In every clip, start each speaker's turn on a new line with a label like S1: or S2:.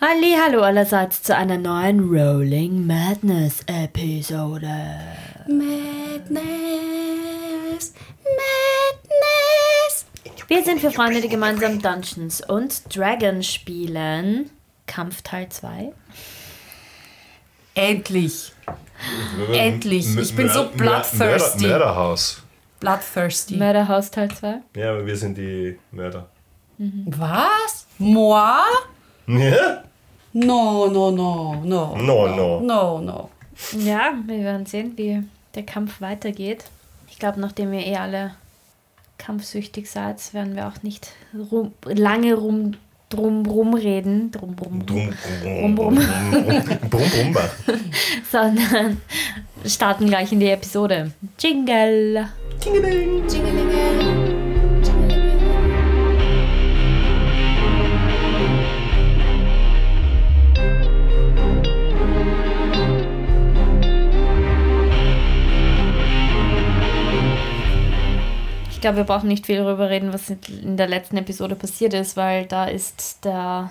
S1: Hallo allerseits zu einer neuen Rolling Madness Episode.
S2: Madness, Madness.
S1: Wir sind für Freunde, die gemeinsam Dungeons und Dragons spielen. Kampf Teil 2.
S2: Endlich. Endlich.
S3: M-
S2: Ich bin so
S3: Mör-
S2: bloodthirsty.
S3: Mörder- Mörderhaus.
S2: Bloodthirsty.
S1: Mörderhaus Teil 2.
S3: Ja, aber wir sind die Mörder.
S2: Was? Moi?
S3: Ja?
S2: No, no, no, no.
S3: Ne? No, no.
S2: No, no.
S1: Ja, wir werden sehen, wie der Kampf weitergeht. Ich glaube, nachdem ihr eh alle kampfsüchtig seid, werden wir auch nicht rum, lange rum, drum rumreden. Drum, rum,
S3: Drum,
S1: Brumm,
S3: brumm, brumm, brumm, brumm, brumm, bah.
S1: sondern starten gleich in die Episode. Jingle! Ich glaube, wir brauchen nicht viel darüber reden, was in der letzten Episode passiert ist, weil da ist der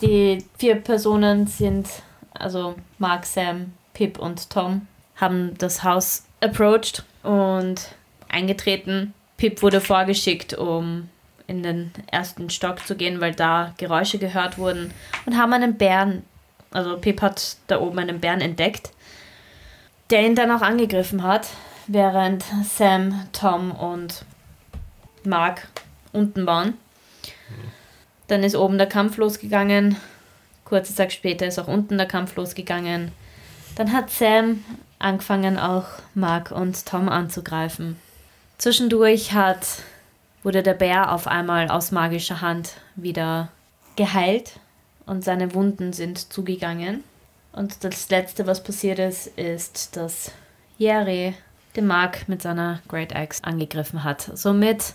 S1: die vier Personen sind, also Mark, Sam, Pip und Tom, haben das Haus approached und eingetreten. Pip wurde vorgeschickt, um in den ersten Stock zu gehen, weil da Geräusche gehört wurden und haben einen Bären, also Pip hat da oben einen Bären entdeckt, der ihn dann auch angegriffen hat, während Sam, Tom und Mark unten waren. Dann ist oben der Kampf losgegangen. Kurze Zeit später ist auch unten der Kampf losgegangen. Dann hat Sam angefangen, auch Mark und Tom anzugreifen. Zwischendurch hat, wurde der Bär auf einmal aus magischer Hand wieder geheilt und seine Wunden sind zugegangen. Und das Letzte, was passiert ist, ist, dass Jerry den Mark mit seiner Great Axe angegriffen hat. Somit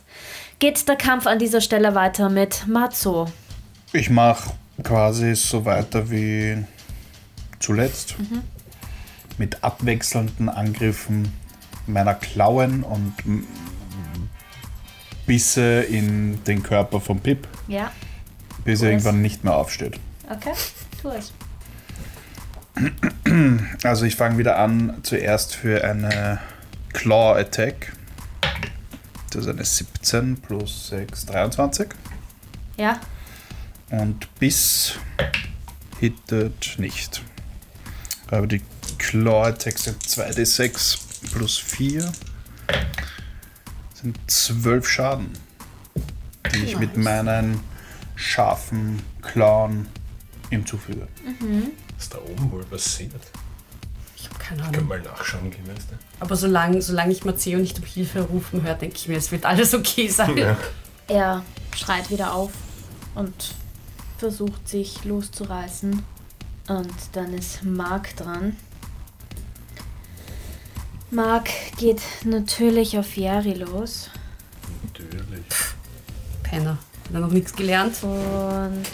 S1: geht der Kampf an dieser Stelle weiter mit Matzo.
S4: Ich mache quasi so weiter wie zuletzt. Mit abwechselnden Angriffen meiner Klauen und m- Bisse in den Körper von Pip,
S1: Ja,
S4: bis er irgendwann nicht mehr aufsteht.
S1: okay, tu es.
S4: Also ich fange wieder an, zuerst für eine Claw Attack. Das ist eine 17 plus 6, 23.
S1: Ja,
S4: Und Biss hittet nicht. Aber die Claw-Attacks sind 2d6 plus 4. Sind 12 Schaden. Die ich mit meinen scharfen Klauen ihm zufüge.
S3: Ist da oben wohl passiert?
S2: Ich habe keine
S3: Können
S2: Ahnung.
S3: wir mal nachschauen gehen, weißt du?
S2: Aber solange, solange ich Marzeo nicht um Hilfe rufen höre, denke ich mir, es wird alles okay sein.
S3: Ja.
S1: er schreit wieder auf und versucht sich loszureißen. Und dann ist Mark dran. Mark geht natürlich auf Jerry los
S3: Natürlich.
S2: Penner. Hat er noch nichts gelernt?
S1: und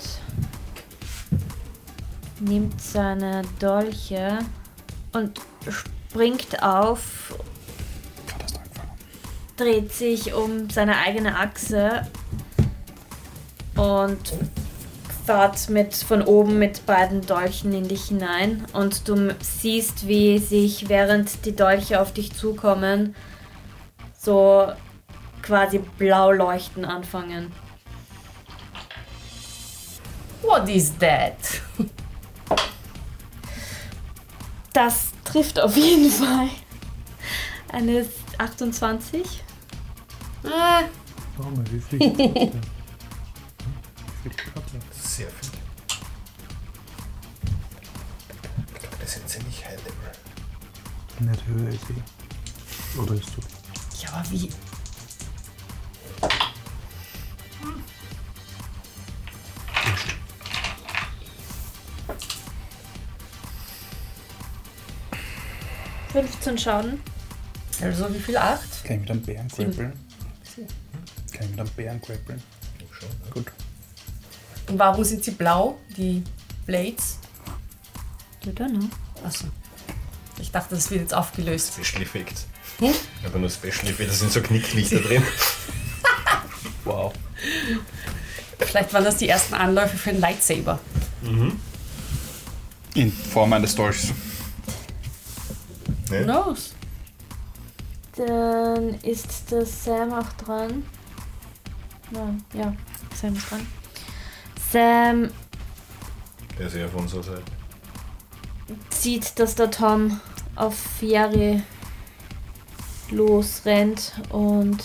S1: nimmt seine Dolche und springt auf
S4: Hat das angefangen?
S1: dreht sich um seine eigene Achse und fährt mit von oben mit beiden Dolchen in dich hinein und du m- siehst, wie sich während die Dolche auf dich zukommen, so quasi blau leuchten anfangen.
S2: What is that?
S1: Das trifft auf jeden Fall. Eine 28.
S2: Ah,
S5: Schau mal, wie viel Glück hat er? Wie viel Glück hat er?
S3: Sehr viel. Ich glaube, das sind ziemlich high level.
S5: Nicht höher als ich. Oder ist das?
S2: ja, aber wie?
S1: Hm. 15 Schaden.
S2: Also wie viel? Acht?
S4: Kann ich mit einem Bären grappeln? Kann ich mit einem Bären grappeln? Gut.
S2: Und warum sind sie blau, die Blades?
S1: You don't know.
S2: Achso. Ich dachte, das wird jetzt aufgelöst.
S3: Special Effects.
S2: Hm?
S3: Aber nur Special Effects, da sind so Knicklichter drin.
S4: Wow.
S2: Vielleicht waren das die ersten Anläufe für einen Lightsaber.
S3: Mhm.
S4: In Form eines Dolchs.
S2: Who
S3: Ne?
S2: knows?
S1: Dann ist der Sam auch dran. Na, ja, Sam ist dran. Sam
S3: Der ist eher auf unserer Seite.
S1: sieht, dass der Tom auf Yari losrennt und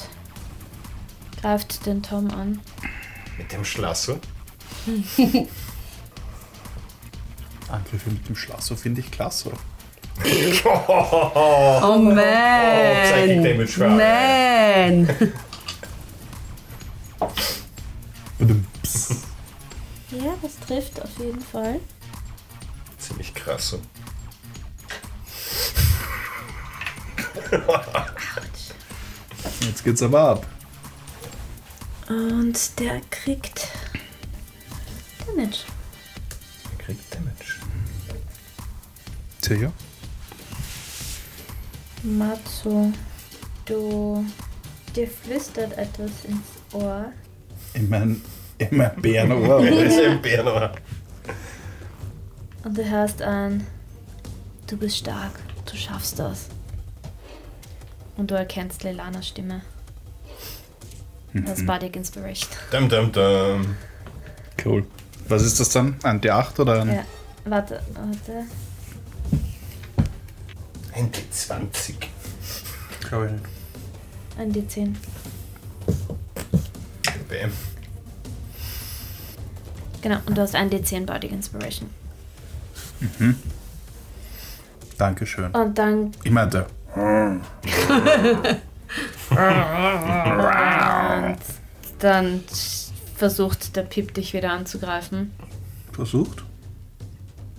S1: greift den Tom an.
S3: Mit dem Schlosser?
S4: Angriffe mit dem Schlasso finde ich klasse.
S3: Oh,
S2: Oh, man.
S3: Psychic Damage für alle.
S2: Nein.
S1: Ja, das trifft auf jeden Fall.
S3: Ziemlich krass. so.
S4: Jetzt geht's aber ab.
S1: Und der kriegt Damage.
S3: Er kriegt Damage.
S4: Tja.
S1: Matsu, du. Dir flüstert etwas ins Ohr.
S4: In mein, in mein Bärenohr.
S3: Wenn
S4: oder?
S3: das ein Bär war.
S1: Und du hörst an, du bist stark, du schaffst das. Und du erkennst Lelanas Stimme. Das Bardic Inspiration.
S3: Dum, dum, dum.
S4: cool. Was ist das dann? Ein D8 oder ein...
S1: Ja, warte, warte.
S3: Ein D20.
S4: Glaube ich nicht.
S1: Ein D10.
S3: Bam.
S1: Genau, und du hast ein D10 Bardic Inspiration.
S4: Dankeschön.
S1: Und dann
S4: Ich meinte,
S1: Und dann versucht der Pip dich wieder anzugreifen.
S4: versucht.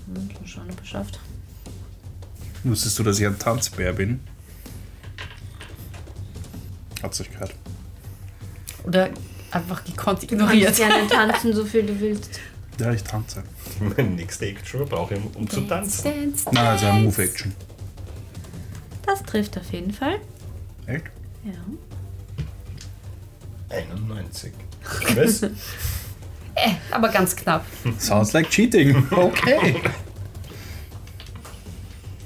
S1: Hm, mal schauen, ob er schafft.
S4: Wusstest du, dass ich ein Tanzbär bin? Hat sich gehört.
S2: Oder einfach gekonnt
S1: Du kannst
S2: ignoriert.
S1: gerne tanzen, so viel du willst.
S4: Ja, ich tanze.
S3: Meine nächste Action brauche ich, um zu tanzen.
S2: Dance,
S4: Nein, also ein
S2: dance.
S4: Move-Action.
S1: Das trifft auf jeden Fall.
S4: Echt?
S1: Ja.
S3: 91. Was?
S2: Äh, aber ganz knapp.
S4: Sounds like cheating. Okay.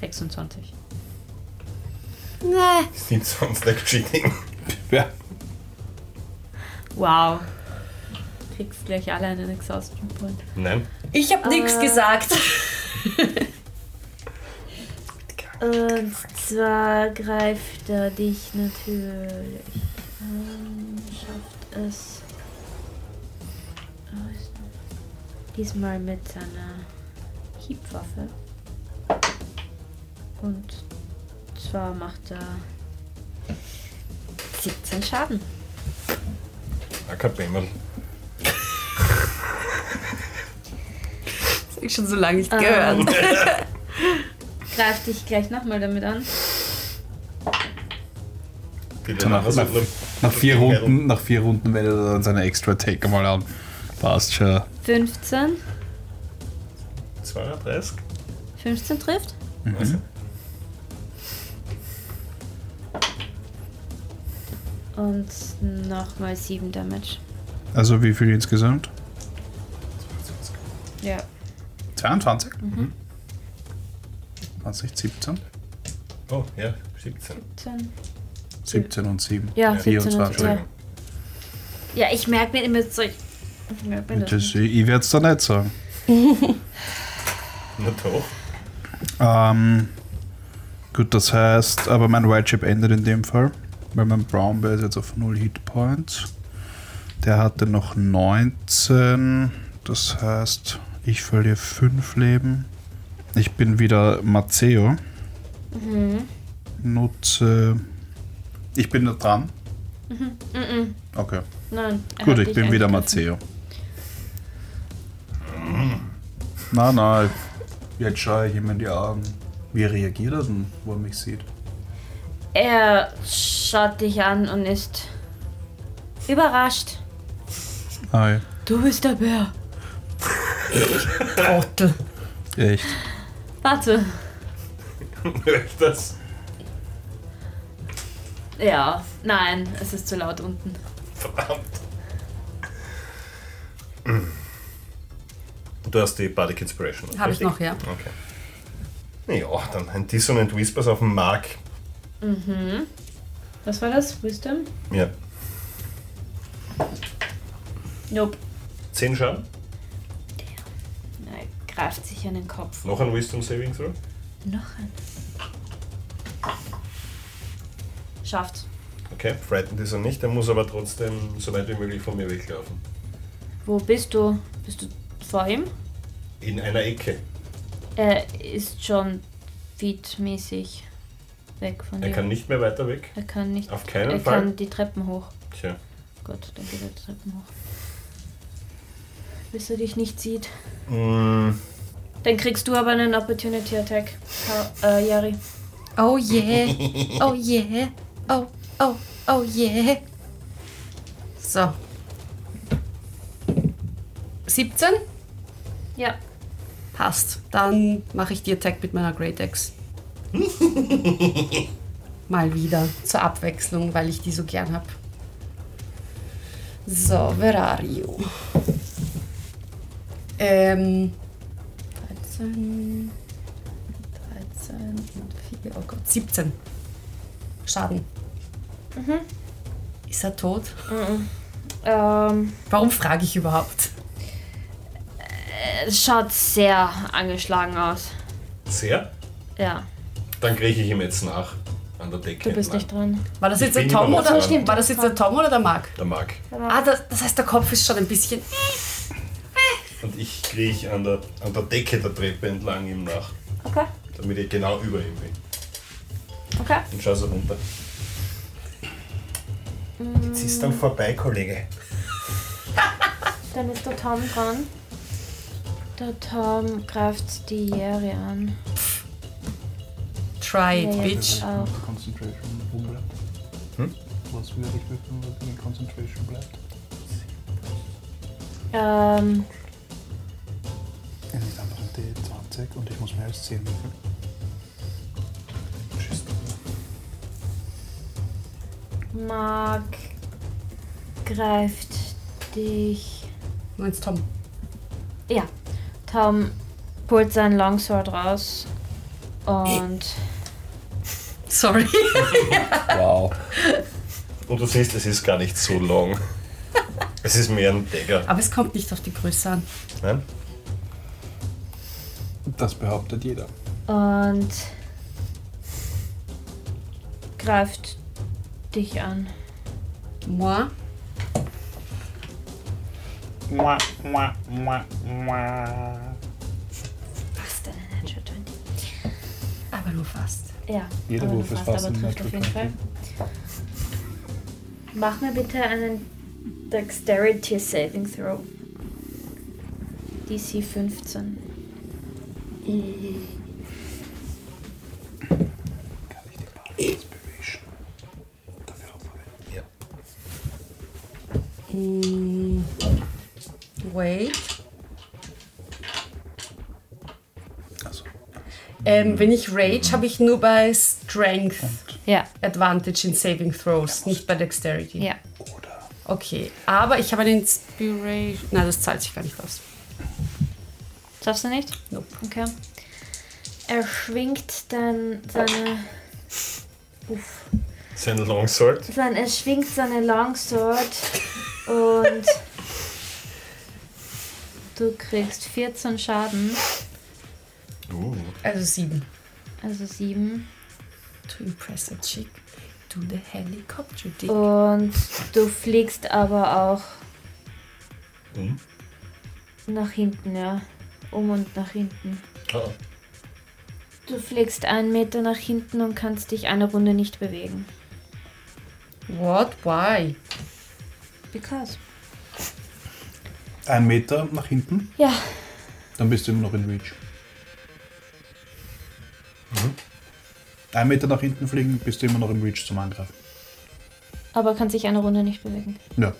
S1: 26.
S2: Nee.
S3: Das sind sonst like cheating.
S4: ja.
S1: Wow. Kriegst gleich alle einen Exhaustion Point.
S3: Nein.
S2: Ich hab nichts gesagt.
S1: Und zwar greift er dich natürlich. an, schafft es. Oh, ist noch- Diesmal mit seiner Hiebwaffe. Und zwar macht er 17 Schaden.
S3: Akabemann.
S2: Das hab ich schon so lange nicht gehört.
S1: Ähm. Greift dich gleich nochmal damit an.
S3: Bitte
S4: Danach,
S3: nach,
S4: nach, nach, vier Runden, nach vier Runden wendet er dann seine Extra-Take mal an. Passt schon.
S1: 15.
S3: 32.
S1: 15 trifft.
S4: Mhm.
S3: Also,
S1: Und nochmal 7 Damage.
S4: Also wie viel insgesamt?
S3: 22.
S1: Ja.
S4: 22? Mhm. 20, 17?
S3: Oh, ja, 17.
S1: 17.
S4: 17 und 7.
S1: Ja,
S3: Ja,
S1: 17 und
S4: 24.
S1: ja. Ja, ich merke mir immer solch. Ich merke mir
S4: Das,
S1: das. nicht.
S4: ich ich werde es da nicht sagen.
S3: Na doch.
S4: Ähm, gut, das heißt, aber mein Wild Shape endet in dem Fall, weil mein Brown Bear ist jetzt auf 0 Hitpoints. Der hatte noch 19, das heißt, ich verliere 5 Leben. Ich bin wieder Maceo.
S1: Mhm.
S4: Nutze. Ich bin da dran.
S1: Mhm.
S4: Okay,
S1: Nein. er
S4: gut,
S1: hat
S4: ich
S1: dich
S4: bin wieder
S1: angegriffen.
S4: Maceo. Nein, nein. Jetzt schaue ich ihm in die Augen. Wie reagiert er denn, wo er mich sieht?
S1: Er schaut dich an und ist überrascht.
S4: Hi.
S1: Du bist der Bär.
S2: Trottel.
S4: Echt?
S1: Warte.
S3: Öfters.
S1: Ja, nein, es ist zu laut unten.
S3: Mm. Verdammt.
S6: du hast die Bardic Inspiration.
S2: Hab ich
S6: richtig?
S2: noch, ja.
S6: Okay. Ja, dann ein Dissonant Whispers auf dem Mark.
S1: Was war das? Wisdom?
S6: Ja.
S1: Nope.
S6: 10 Schaden.
S1: Na, Er greift sich an den Kopf.
S6: Noch ein Wisdom Saving Throw.
S1: Noch ein. Schafft.
S6: Okay, frightened ist er nicht. Er muss aber trotzdem so weit wie möglich von mir weglaufen.
S1: Wo bist du? Bist du vor ihm?
S6: In einer Ecke.
S1: Er ist schon feetmäßig weg von
S6: Er
S1: dir.
S6: kann nicht mehr weiter weg.
S1: er kann nicht.
S6: Auf keinen
S1: Er
S6: Fall.
S1: kann die Treppen hoch.
S6: Tja.
S1: Gott, dann geht er die Treppen hoch. Bis er dich nicht sieht.
S6: Mm,
S1: Dann kriegst du aber einen Opportunity Attack, Ka äh, Yari.
S2: Oh yeah, oh yeah, oh, oh, oh yeah. So. 17?
S1: Ja.
S2: Passt. Dann mache ich die Attack mit meiner Great Axe. Mal wieder. Zur Abwechslung, weil ich die so gern habe. So, Verario. Ähm. 13. 13 und 4. Oh Gott, 17. Schaden. Ist er tot?
S1: Ähm,
S2: Warum frage ich überhaupt?
S1: es schaut sehr angeschlagen aus.
S6: sehr.
S1: Ja,
S6: Dann kriege ich ihm jetzt nach. An der Decke.
S1: du bist
S6: entlang.
S1: nicht dran.
S2: War das
S6: Ich
S2: jetzt der
S6: bin
S2: Tom
S6: immer noch
S2: oder
S6: dran.
S2: war das jetzt der Tom oder der Mark?
S6: Der Mark.
S2: Ah, das, das heißt, der Kopf ist schon ein bisschen.
S6: Und ich kriege an der, an der Decke der Treppe entlang ihm nach.
S1: Okay,
S6: Damit ich genau über ihm bin.
S1: okay.
S6: Und schau so runter.
S1: Mm.
S6: Jetzt ist dann vorbei, Kollege.
S1: Dann ist der Tom dran. Der Tom greift die Yari an.
S2: Try
S1: Ja,
S2: it,
S1: ja.
S2: bitch.
S1: Auch.
S5: Concentration rumbleibt.
S6: Hm?
S5: Was würde ich würfeln, was in der Concentration bleibt?
S1: Ähm,
S5: Es ist einfach ein D20 und ich muss mehr als 10 würfeln.
S1: Mark greift dich.
S2: Nur ins Tom.
S1: Ja, Tom holt sein Longsword raus und
S2: Sorry.
S4: Wow.
S6: Und du siehst, es ist gar nicht so long. es ist mehr ein Dagger.
S2: Aber es kommt nicht auf die Größe an.
S6: Nein?
S5: Das behauptet jeder.
S1: und greift dich an.
S2: Moi.
S5: Mua, mua, mua, mua.
S1: Was denn ein Natural 20?
S2: Aber nur fast.
S1: Ja.
S5: Jeder
S1: aber
S5: Wurf
S1: du
S5: ist
S1: fast,
S5: fast
S1: aber
S5: ein
S1: trifft auf jeden
S5: Natural
S1: Fall. Mach mir bitte einen Dexterity Saving Throw. DC 15.
S5: Kann ich die Party Inspiration dafür abverwenden?
S6: Ja.
S2: Mm. Wait.
S5: Also,
S2: Ähm, wenn ich Rage, habe ich nur bei Strength
S1: Ja,
S2: Advantage in Saving Throws, nicht bei Dexterity.
S1: ja.
S5: oder
S2: Okay, aber ich habe eine Inspiration. Nein, das zahlt sich gar nicht aus.
S1: Schaffst du nicht?
S2: Nope.
S1: Okay. Er schwingt dann seine. Uff.
S6: Sein Longsword.
S1: Sein, er schwingt seine Longsword und. Du kriegst 14 Schaden,
S6: Uh.
S2: Also sieben.
S1: also 7.
S2: To impress a chick, do the helicopter dick.
S1: Und du fliegst aber auch
S6: Mhm.
S1: nach hinten, ja. Um und nach hinten.
S6: Ah,
S1: Du fliegst einen Meter nach hinten und kannst dich eine Runde nicht bewegen.
S2: What? Why?
S1: Because.
S4: Ein Meter nach hinten,
S1: Ja,
S4: dann bist du immer noch in Reach. Mhm. Ein Meter nach hinten fliegen, bist du immer noch im Reach zum Angreifen.
S1: aber kannst dich eine Runde nicht bewegen.
S4: Ja.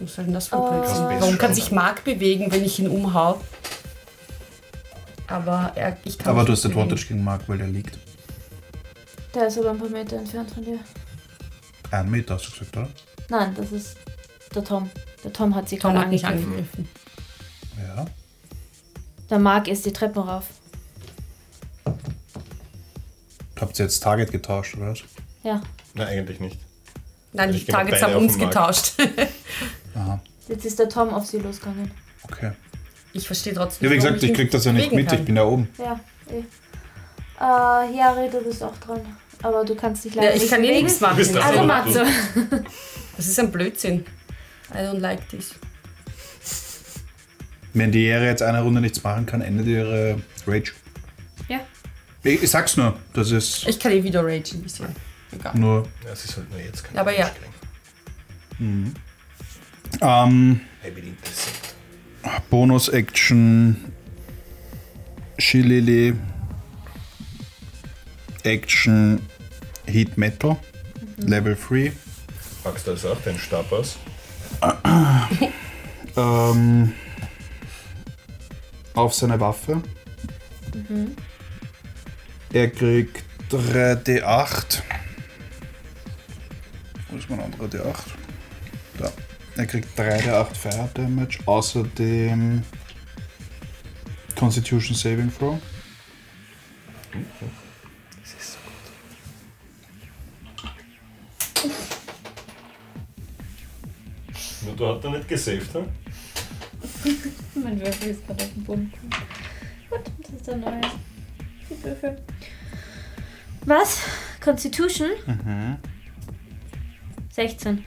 S2: Was soll denn das für ein
S1: Oh.
S2: Blödsinn?
S6: Kannst
S2: Warum
S6: du besser
S2: kann sich Mark bewegen, wenn ich ihn umhau? Aber er, ich kann
S4: Aber
S2: mich
S4: du hast
S2: nicht
S4: Advantage gegen Mark, weil der liegt.
S1: Der ist aber ein paar Meter entfernt von dir.
S4: Ein Meter hast du gesagt, oder?
S1: Nein, das ist der Tom. Der Tom hat sie
S2: bewegen. Tom
S1: gerade
S2: hat mich
S1: angegriffen.
S2: angegriffen.
S4: Ja.
S1: Der Mark ist die Treppen rauf.
S4: Habt ihr jetzt Target getauscht, oder was?
S1: Ja,
S6: Nein, eigentlich nicht.
S2: Nein,
S6: Ich
S2: die
S6: geh mal
S2: Targets
S6: beide
S2: haben
S6: auf
S2: uns
S6: den
S2: getauscht.
S4: Aha,
S1: jetzt ist der Tom auf sie losgegangen.
S4: okay.
S2: Ich verstehe trotzdem.
S4: Ja, wie
S2: warum
S4: gesagt, ich
S2: mich
S4: krieg das ja nicht
S2: bewegen
S4: mit, ich
S2: kann.
S4: bin da oben.
S1: Ja, eh. Äh, Jari, du bist auch dran. Aber du kannst dich leider
S2: Ja, ich
S1: nicht
S2: kann eh
S1: bewegen.
S2: nichts machen.
S6: Du bist da.
S1: Also
S6: Also,
S1: Matze.
S2: Das ist ein Blödsinn. I don't like this.
S4: Wenn die Ehre jetzt eine Runde nichts machen kann, endet ihre Rage.
S1: Ja.
S4: Ich, ich sag's nur, das ist
S2: Ich kann eh wieder ragen, ist ja egal.
S4: nur.
S6: Ja, es ist halt nur jetzt kein
S2: Aber ja.
S6: Mensch, gell?
S4: Ähm,
S6: Hey, bedient das.
S4: Bonus-Action. Shillili. Action. Heat Metal. Level 3.
S6: Packst du also auch den Stab aus?
S4: Ähm, auf seine Waffe. Er kriegt 3D8. Wo ist mein anderer D8? Da. Er kriegt 3D8 Fire Damage, außerdem Constitution Saving Throw.
S6: Das ist so gut. Nur du hast da nicht gesaved, hm?
S1: Mein Würfel ist gerade auf dem Boden. Gut, das ist der neue Würfel. Was? Constitution?
S2: Mhm.
S1: 16.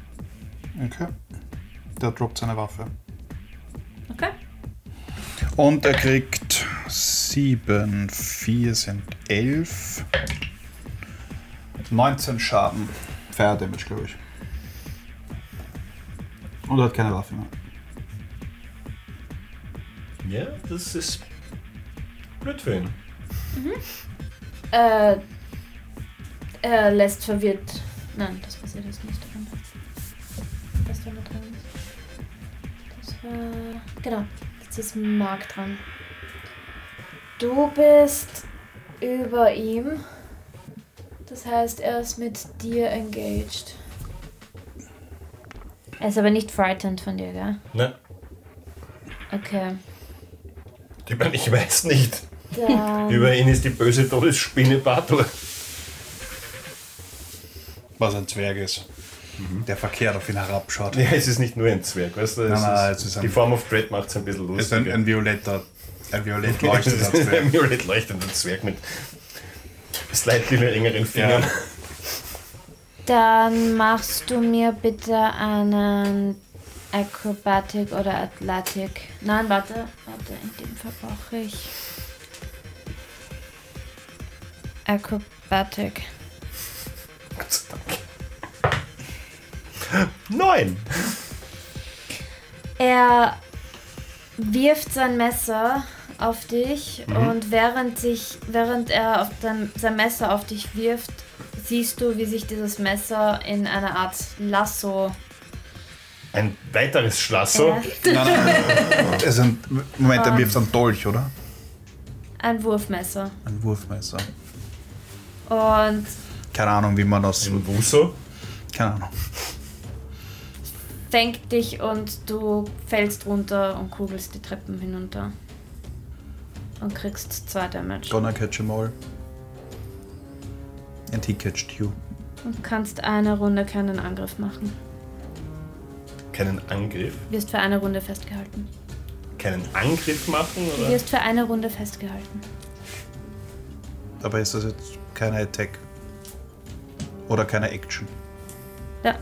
S4: Okay. Der droppt seine Waffe.
S1: Okay.
S4: Und er kriegt 7, 4 sind 11. 19 Schaden. Fire Damage, glaube ich. Und er hat keine Waffe mehr.
S6: Ja, das ist blöd für ihn.
S1: Äh, er lässt verwirrt. Nein, das passiert jetzt nicht. Das war noch dran. Das war. Genau. Jetzt ist Mark dran. Du bist über ihm. Das heißt, er ist mit dir engaged. Er ist aber nicht frightened von dir, gell?
S6: Nein,
S1: Okay.
S6: ich, meine, ich weiß nicht.
S1: Dann,
S6: Über ihn ist die böse Todesspinne Bartel.
S4: Was ein Zwerg ist.
S5: Mhm.
S4: Der verkehrt auf ihn herabschaut.
S6: Ja, es ist nicht nur ein Zwerg, weißt du? Es
S4: Nein, nein,
S6: ist,
S4: es ist ein-
S6: die Form of Dread macht es ein bisschen
S4: Ist
S6: lustig.
S4: ein, ein violetter, ein violett
S6: Es
S4: leuchtender
S6: ist ein
S4: Zwerg.
S6: violett leuchtender Zwerg mit slightly längeren Fingern.
S4: Ja.
S1: dann machst du mir bitte einen Acrobatic oder Athletic. Nein, warte, warte, in dem Fall brauche ich Acrobatic.
S6: Gott sei Dank. Neun!
S1: Er wirft sein Messer auf dich und während, sich, während er auf dein, sein Messer auf dich wirft, siehst du, wie sich dieses Messer in einer Art Lasso
S6: Ein weiteres Schlasso.
S1: äh,
S4: Es ist ein, Moment, er wirft einen Dolch, oder?
S1: ein Wurfmesser.
S4: Ein Wurfmesser.
S1: Und
S4: Keine Ahnung, wie man das.
S6: Ein Wusso.
S4: Keine Ahnung.
S1: fängt dich und du fällst runter und kugelst die Treppen hinunter. Und kriegst zwei Damage.
S4: Gonna catch em all. And he catched you.
S1: Und kannst eine Runde keinen Angriff machen.
S6: Keinen Angriff.
S1: Wirst für eine Runde festgehalten.
S6: Keinen Angriff machen,
S1: Du
S6: oder?
S1: wirst für eine Runde festgehalten.
S4: Aber ist das jetzt keine Attack? Oder keine Action?
S1: Ja,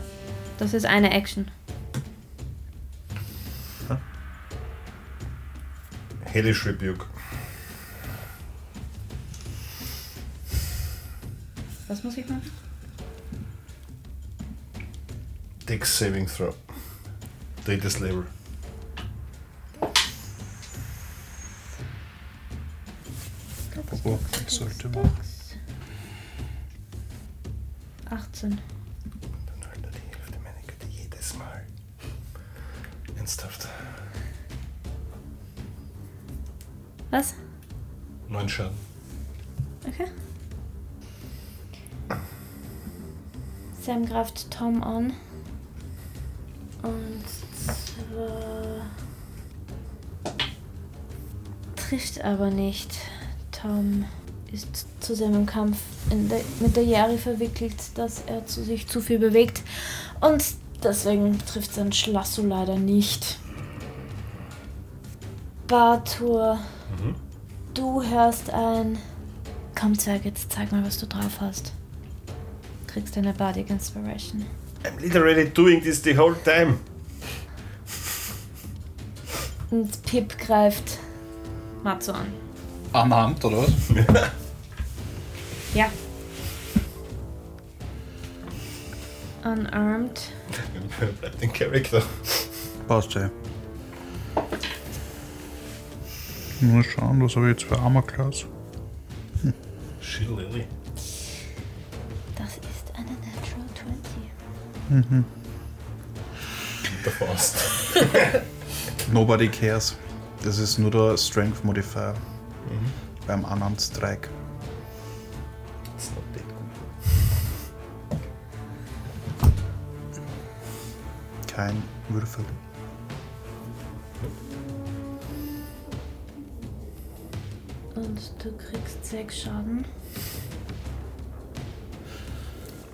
S1: das ist eine Action.
S6: Hellish Rebuke.
S1: Was muss ich machen?
S6: Dex Saving Throw. Drittes Level.
S4: Apropos, das sollte man.
S1: 18.
S6: Dann halt er die Hälfte meiner Güte jedes Mal. Ernsthaft.
S1: Was?
S6: Neun Schaden.
S1: Okay. Sam greift Tom an. Und zwar trifft aber nicht. Tom ist zu seinem Kampf in der, mit der Yari verwickelt, dass er zu sich zu viel bewegt. Und deswegen trifft sein Schlasso leider nicht. Bartur,
S3: Mhm.
S1: du hörst ein. Komm, Zwerg, jetzt zeig mal, was du drauf hast. Kriegst deine Bardic Inspiration.
S3: I'm literally doing this the whole time.
S1: Und Pip greift Matzo an.
S4: An der Hand, oder was?
S1: Ja. Unarmed.
S3: Bleibt in Character.
S4: Passt ja. Mal schauen, was habe ich jetzt für Armor Class?
S3: Shit, Lily.
S1: Das ist eine Natural 20.
S3: Mit der Faust.
S4: Nobody cares. Das ist nur der Strength Modifier
S3: Mhm.
S4: beim anderen Strike.
S3: It's not that good.
S4: Kein Würfel.
S1: Und du kriegst 6 Schaden.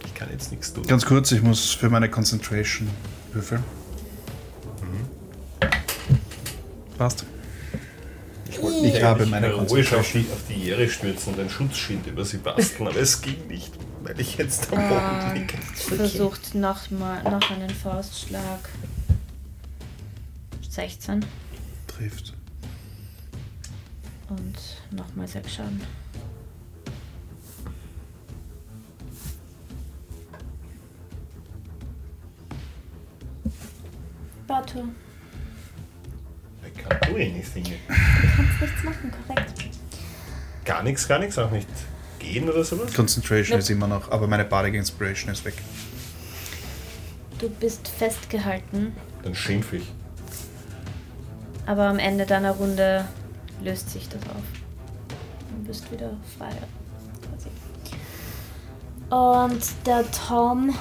S3: Ich kann jetzt nichts tun.
S4: Ganz kurz, ich muss für meine Concentration würfeln. Passt.
S3: Mhm. Ich wollte
S4: Ich
S3: mich
S4: habe
S3: eigentlich
S4: meine
S3: heroisch auf die, auf die Jere stürzen und ein Schutzschild über sie basteln, aber es ging nicht, weil ich jetzt am Boden
S1: Ähm,
S3: liege.
S1: Versucht noch, mal, noch einen Faustschlag. 16.
S4: Trifft.
S1: Und nochmal 6 Schaden. Bartur, du
S3: I can't do anything.
S1: kannst nichts machen, korrekt.
S3: Gar nichts, gar nichts, auch nicht gehen oder sowas.
S4: Concentration
S1: Nope.
S4: ist immer noch, aber meine Bardic Inspiration ist weg.
S1: Du bist festgehalten,
S3: Dann schimpf ich.
S1: aber am Ende deiner Runde löst sich das auf. Du bist wieder frei. quasi. Und der Tom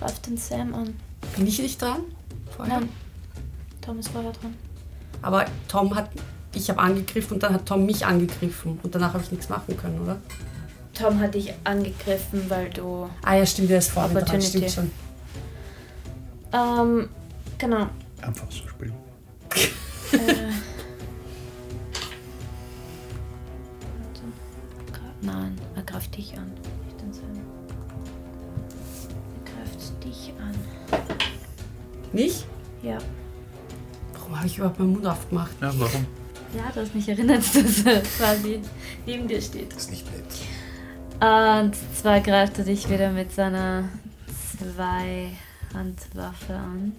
S1: greift den Sam an.
S2: Bin ich nicht dran? Vorher?
S1: Nein, Tom ist vorher dran.
S2: Aber Tom hat. Ich habe angegriffen und dann hat Tom mich angegriffen. Und danach habe ich nichts machen können, oder?
S1: Tom hat dich angegriffen, weil du.
S2: Ah ja, stimmt, der ist vorne dran.
S1: Opportunity.
S2: Stimmt schon.
S1: Ähm, genau.
S4: Einfach so spielen.
S1: äh, warte. Gra- Nein, er greift dich an. Nicht den Sam. Er greift dich an.
S2: Mich?
S1: Ja.
S2: Warum habe ich überhaupt meinen Mund aufgemacht?
S4: Ja, warum?
S1: Ja, du hast mich erinnert, dass er quasi neben dir steht.
S3: Ist nicht nett.
S1: Und zwar greift er dich wieder mit seiner Zwei-Handwaffe an.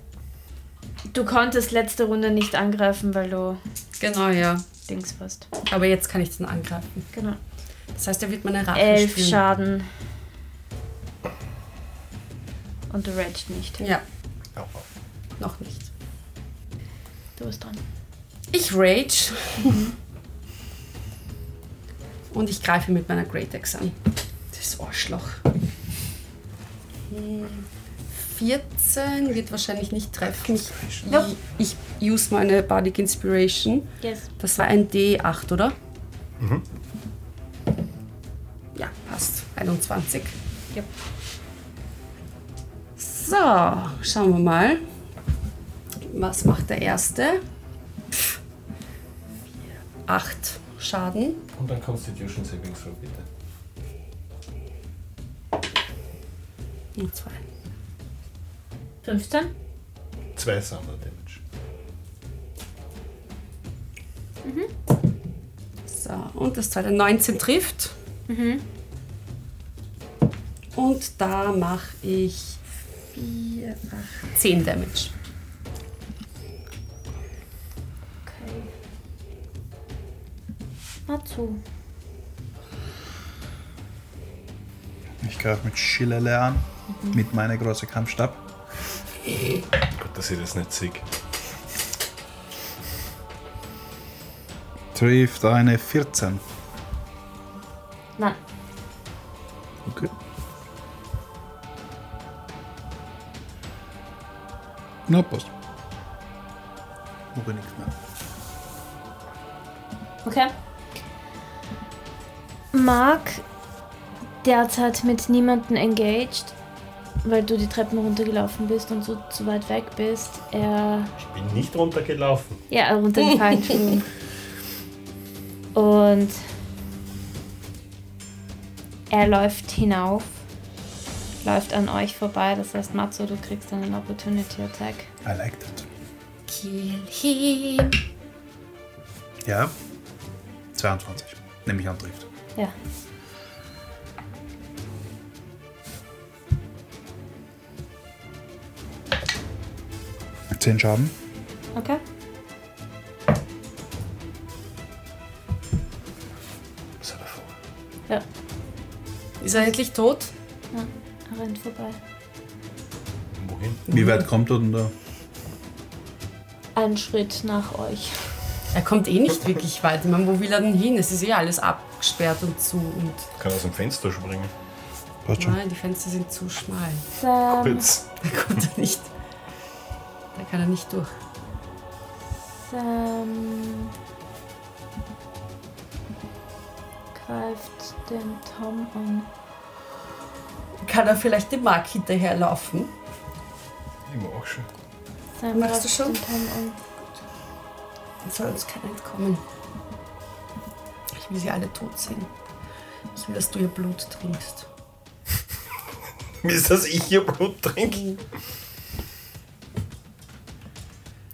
S1: Du konntest letzte Runde nicht angreifen, weil du
S2: Genau, ja.
S1: Dings warst.
S2: Aber jetzt kann ich den angreifen.
S1: Genau.
S2: Das heißt, er wird meine Rache
S1: Elf
S2: spüren.
S1: Schaden. Und du raged nicht.
S2: Ja,
S3: Au, au.
S2: noch nicht.
S1: Du bist dran.
S2: Ich rage. Und ich greife mit meiner Great Axe an. Das Arschloch. Hm, 14 wird wahrscheinlich nicht treffen. Ich,
S1: Nope.
S2: ich use meine Bardic Inspiration.
S1: Yes.
S2: Das war ein D8, oder?
S3: Mhm.
S2: Ja, passt. 21.
S1: Yep.
S2: So, schauen wir mal. Was macht der erste? Pff. Acht Schaden.
S3: Und dann Constitution Saving Throw, bitte.
S2: Und zwei.
S1: 15?
S3: Zwei Thunder Damage.
S2: So, und das zweite 19 trifft. Mhm. Und da mache ich 4, 8, 10 Damage.
S1: Okay. Matsu.
S4: Ich greife mit Schillele an, mit meiner großen Kampfstab.
S3: Gott, dass ich das nicht sieg.
S4: Trifft eine 14.
S1: Nein.
S4: Okay. Na, passt. Mache nichts mehr.
S1: Okay. Mark derzeit mit niemanden engaged, weil du die Treppen runtergelaufen bist und so zu weit weg bist. Er
S6: Ich bin nicht runtergelaufen.
S1: ja, runtergefallen. Entschuldigung. Und er läuft hinauf, läuft an euch vorbei. Das heißt, Matsu, du kriegst einen Opportunity Attack.
S4: I like that.
S2: Kill him.
S4: Ja. 22. Nehme ich an, trifft.
S1: Ja.
S4: Zehn Schaden.
S1: Okay.
S3: Set of four.
S2: Ist er endlich tot?
S1: Er rennt vorbei.
S6: Wohin?
S4: Wie weit kommt er denn da?
S1: Einen Schritt nach euch.
S2: Er kommt eh nicht wirklich weit. Ich meine, wo will er denn hin? Es ist eh alles abgesperrt und zu. Und
S6: Kann aus dem Fenster springen.
S4: Passt schon.
S2: nein, die Fenster sind zu schmal.
S1: Sam,
S6: Kurz.
S2: Da kommt er nicht. Da kann er nicht durch.
S1: Sam greift den Tom an.
S2: Kann er vielleicht dem Mark hinterherlaufen?
S3: Immer auch schön.
S1: Sam
S2: Machst du
S1: greift
S2: schon?
S1: den Tom an.
S2: Soll uns keiner entkommen. Ich will sie alle tot sehen. Ich will, dass du ihr Blut trinkst.
S6: Ist das ich hier Blut trinke?
S2: Mhm.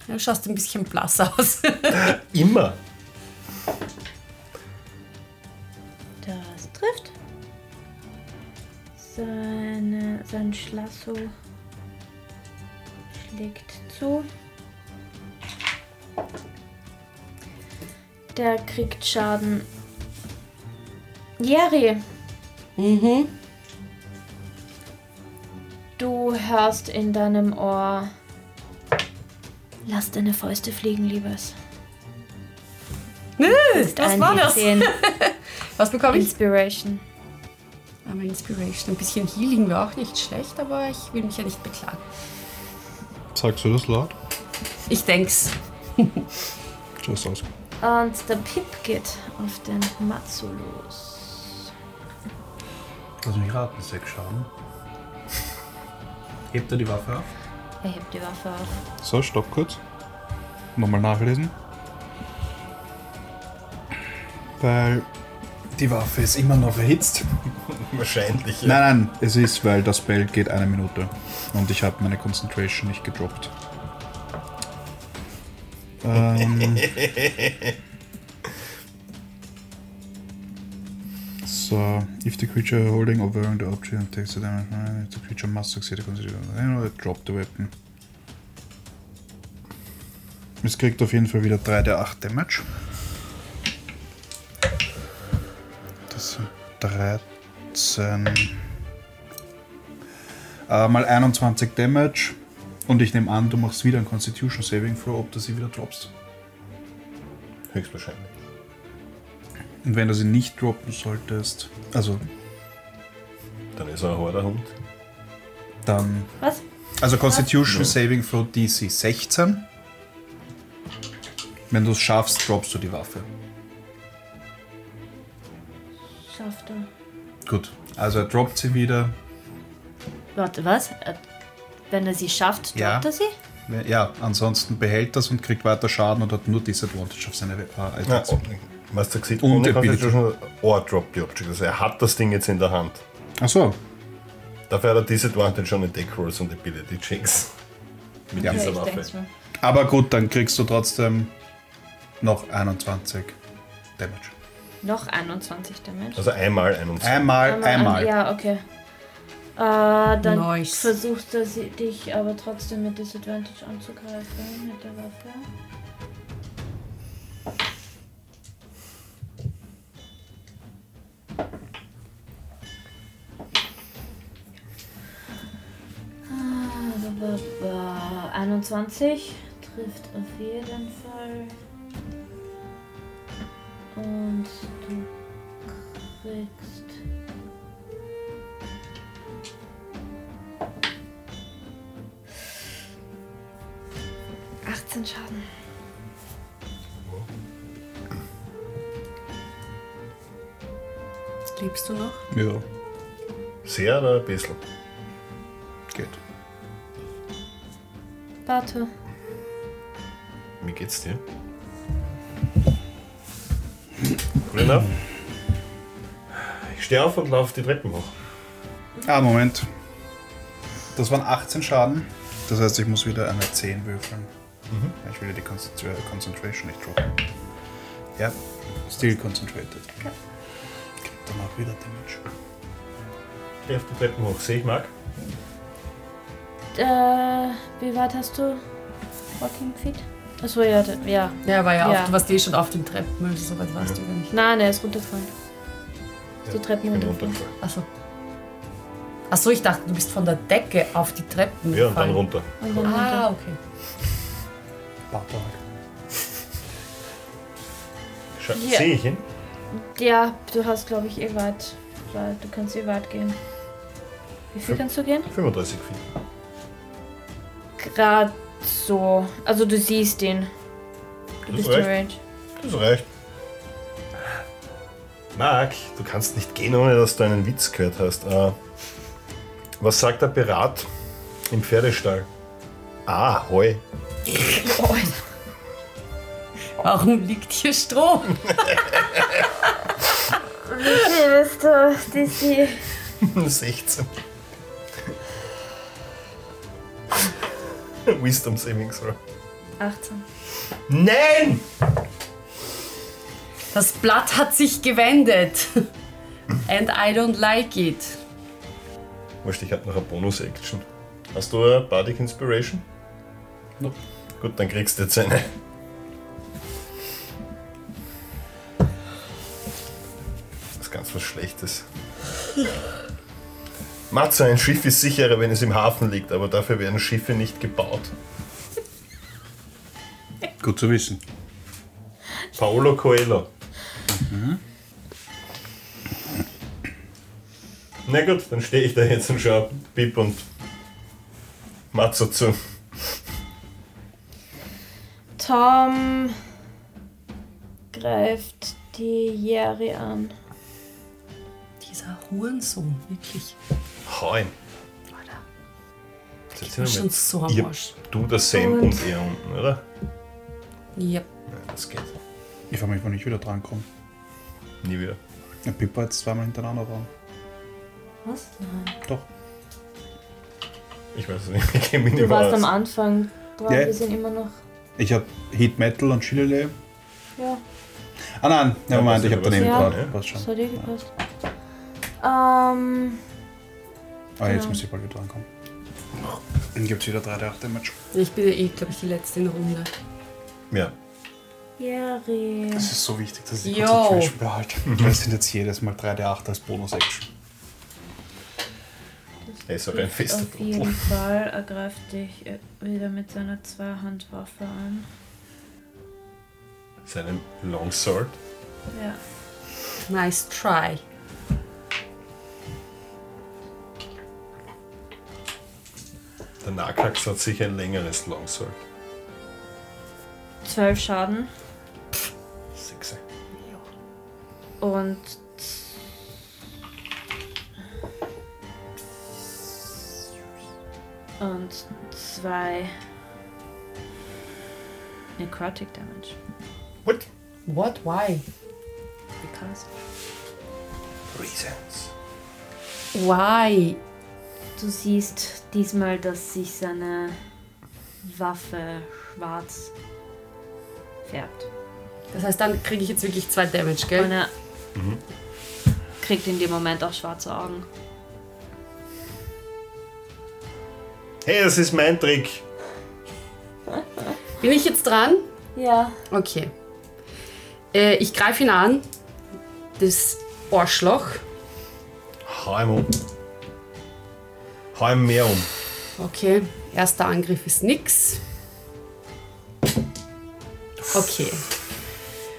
S2: Ja, du schaust ein bisschen blass aus.
S6: Immer.
S1: Das trifft. Seine, sein Schlasso schlägt zu. Der kriegt Schaden. Jerry,
S2: mhm.
S1: du hörst in deinem Ohr. Lass deine Fäuste fliegen, Liebes. Ist
S2: Was
S1: ein
S2: war das?
S1: W10
S2: Was bekomme ich?
S1: Inspiration.
S2: Aber Ah, Inspiration. Ein bisschen Healing wäre auch nicht schlecht, aber ich will mich ja nicht beklagen.
S4: Sagst du das laut?
S2: Ich denk's.
S4: Just aus.
S1: Und der Pip geht auf den Matsu los.
S4: Lass mich raten, sechs Schaden. Hebt er die Waffe auf?
S1: Er hebt die Waffe auf.
S4: So, stopp kurz. Nochmal nachlesen. Weil die Waffe ist immer noch erhitzt.
S6: Wahrscheinlich. Ja.
S4: Nein, nein, es ist, weil das Spell geht eine Minute. Und ich habe meine Concentration nicht gedroppt. Ähm. so, if the creature holding or wearing the object takes the damage, if the creature must succeed a concentration, or drop the weapon. Es kriegt auf jeden Fall wieder 3 der 8 Damage. Das sind 13. Äh, mal 21 Damage. Und ich nehme an, du machst wieder ein Constitution Saving Throw, ob du sie wieder droppst.
S6: Höchstwahrscheinlich.
S4: Und wenn du sie nicht droppen solltest, also
S6: Dann ist er ein harter Hund.
S4: dann.
S1: Was?
S4: Also Constitution Saving Throw DC 16. Wenn du es schaffst, droppst du die Waffe.
S1: Schafft er.
S4: Gut. Also er droppt sie wieder.
S1: Warte, was? Äh, Wenn er sie schafft, droppt
S4: Ja.
S1: er sie?
S4: Ja, ansonsten behält das und kriegt weiter Schaden und hat nur Disadvantage auf seine äh,
S6: Ja,
S4: Attacks.
S6: oh, was du gesehen
S4: Und
S6: ohne
S4: der Bilder.
S6: Constitution or drop the object. Also er hat das Ding jetzt in der Hand.
S4: Achso,
S6: Dafür hat er Disadvantage schon in Deck Rolls und Ability Checks. Mit
S4: Ja.
S6: dieser
S1: denk's
S6: Waffe.
S1: mir.
S4: Aber gut, dann kriegst du trotzdem noch 21 Damage.
S1: Noch 21 Damage.
S6: Also einmal 21.
S4: Einmal, einmal.
S1: Ja, okay. Äh, dann
S2: Nice.
S1: versucht er sie, dich aber trotzdem mit Disadvantage anzugreifen mit der Waffe. Ah, ba, ba, ba. 21 trifft auf jeden Fall. Und du kriegst
S2: Lebst du noch?
S4: Ja,
S6: Sehr oder ein bisschen?
S4: geht.
S1: Warte.
S6: Wie geht's dir? Gut enough. Ich stehe auf und laufe die Treppen hoch.
S4: Ah, Moment. Das waren 18 Schaden. Mhm. Das heißt, ich muss wieder eine 10 würfeln. Ja, Ich will ja die Konzent- äh, Concentration nicht droppen. Ja, still concentrated. Gibt dann auch wieder Damage.
S6: Stehe auf die Treppen hoch. Sehe ich Marc?
S1: Äh, wie weit hast du Walking Feet? Achso, ja, da- ja.
S2: Ja, war ja,
S1: Ja.
S2: Auf, du warst eh schon auf den Treppen, also so weit warst du gar nicht.
S1: Nein, ne, er ist runtergefallen. Die Treppen
S6: ich bin
S1: runtergefallen.
S6: runtergefallen.
S2: Achso. Achso, ich dachte, du bist von der Decke auf die Treppen
S6: Ja, und dann
S2: gefallen.
S6: runter.
S1: Und dann runter.
S2: Ah, okay.
S4: Papa halt.
S6: Scha-
S1: Ja.
S6: Sehe ich ihn?
S1: Ja, du hast, glaube ich, eh weit. weil Du kannst eh weit gehen. Wie viel
S6: Ja.
S1: kannst du gehen?
S6: 35 Feet.
S1: Gerade so. Also du siehst ihn. Du
S6: Das
S1: bist in
S6: reicht.
S1: Range.
S6: Das reicht. Marc, du kannst nicht gehen, ohne dass du einen Witz gehört hast. Äh, was sagt der Pirat im Pferdestall? Ah, hoi.
S2: Warum liegt hier Stroh?
S1: Wie bist du, DC?
S6: 16. Wisdom Saving Throw.
S1: 18.
S6: Nein!
S2: Das Blatt hat sich gewendet. And I don't like it.
S6: Wurscht, ich hab noch eine Bonus-Action. Hast du eine Bardic Inspiration?
S4: Nope.
S6: Gut, dann kriegst du jetzt eine. Das ist ganz was Schlechtes. Matze, ein Schiff ist sicherer, wenn es im Hafen liegt, aber dafür werden Schiffe nicht gebaut.
S4: Gut zu wissen.
S6: Paolo Coelho. Na gut, dann stehe ich da jetzt und schaue Pip und Matzo zu.
S1: Tom greift die Jerry an.
S2: Dieser Hurensohn, wirklich.
S6: Hau ihn.
S2: Alter.
S6: Sind
S2: bin schon
S6: mit
S2: so am
S6: ihr-
S2: Arsch.
S6: Du, der Sam
S1: Und-
S6: und, er unten, oder?
S2: Ja.
S6: Nein, das geht.
S4: Ich frage mich, wann ich wieder drankomme.
S6: Nie wieder.
S4: Ja, Pippa jetzt zweimal hintereinander dran.
S1: Was?
S4: Doch.
S6: Ich weiß es nicht, ich kenne mich
S1: Du
S6: nicht
S1: warst am
S6: aus.
S1: Anfang dran,
S4: Ja.
S1: wir sind immer noch.
S4: Ich habe Heat Metal und Chile.
S1: Ja,
S4: Ah nein,
S6: Ja,
S4: never
S6: das
S4: mind, ich habe
S6: ist
S4: daneben
S1: ja
S4: ja.
S1: was.
S4: gerade.
S6: Ja.
S4: Passt schon.
S1: das hat dir gepasst. Ähm,
S4: Ah, jetzt
S1: Genau.
S4: muss ich bald wieder drankommen. Dann gibt es wieder 3D8 Damage.
S2: Ich bin ja eh, glaube ich, die letzte in der Runde.
S6: Ja.
S1: Jerry.
S4: Es ist so wichtig, dass ich die
S2: Yo.
S4: Concentration behalte. Mhm. Weil es sind jetzt jedes Mal 3D8 als Bonus-Action.
S6: Er ist auch ein fester
S1: Auf jeden Fall ergreift dich äh, wieder mit seiner Zweihandwaffe an.
S6: Seinen Longsword.
S1: Ja.
S2: Nice try.
S6: Der Nakax hat sicher ein längeres Longsword.
S1: Zwölf Schaden
S6: Sechse.
S1: und und zwei Necrotic Damage.
S6: What?
S2: What? Why?
S1: Because
S6: Reasons.
S2: Why?
S1: du siehst diesmal, dass sich seine Waffe schwarz färbt.
S2: Das heißt, dann kriege ich jetzt wirklich zwei Damage, gell?
S1: Und er
S6: Mhm.
S1: kriegt in dem Moment auch schwarze Augen.
S6: Hey, das ist mein Trick.
S2: Bin ich jetzt dran?
S1: Ja.
S2: Okay. Äh, ich greife ihn an. Das Arschloch.
S6: Hau ihm um. Hau ihm mehr um.
S2: Okay. Erster Angriff ist nix. Okay.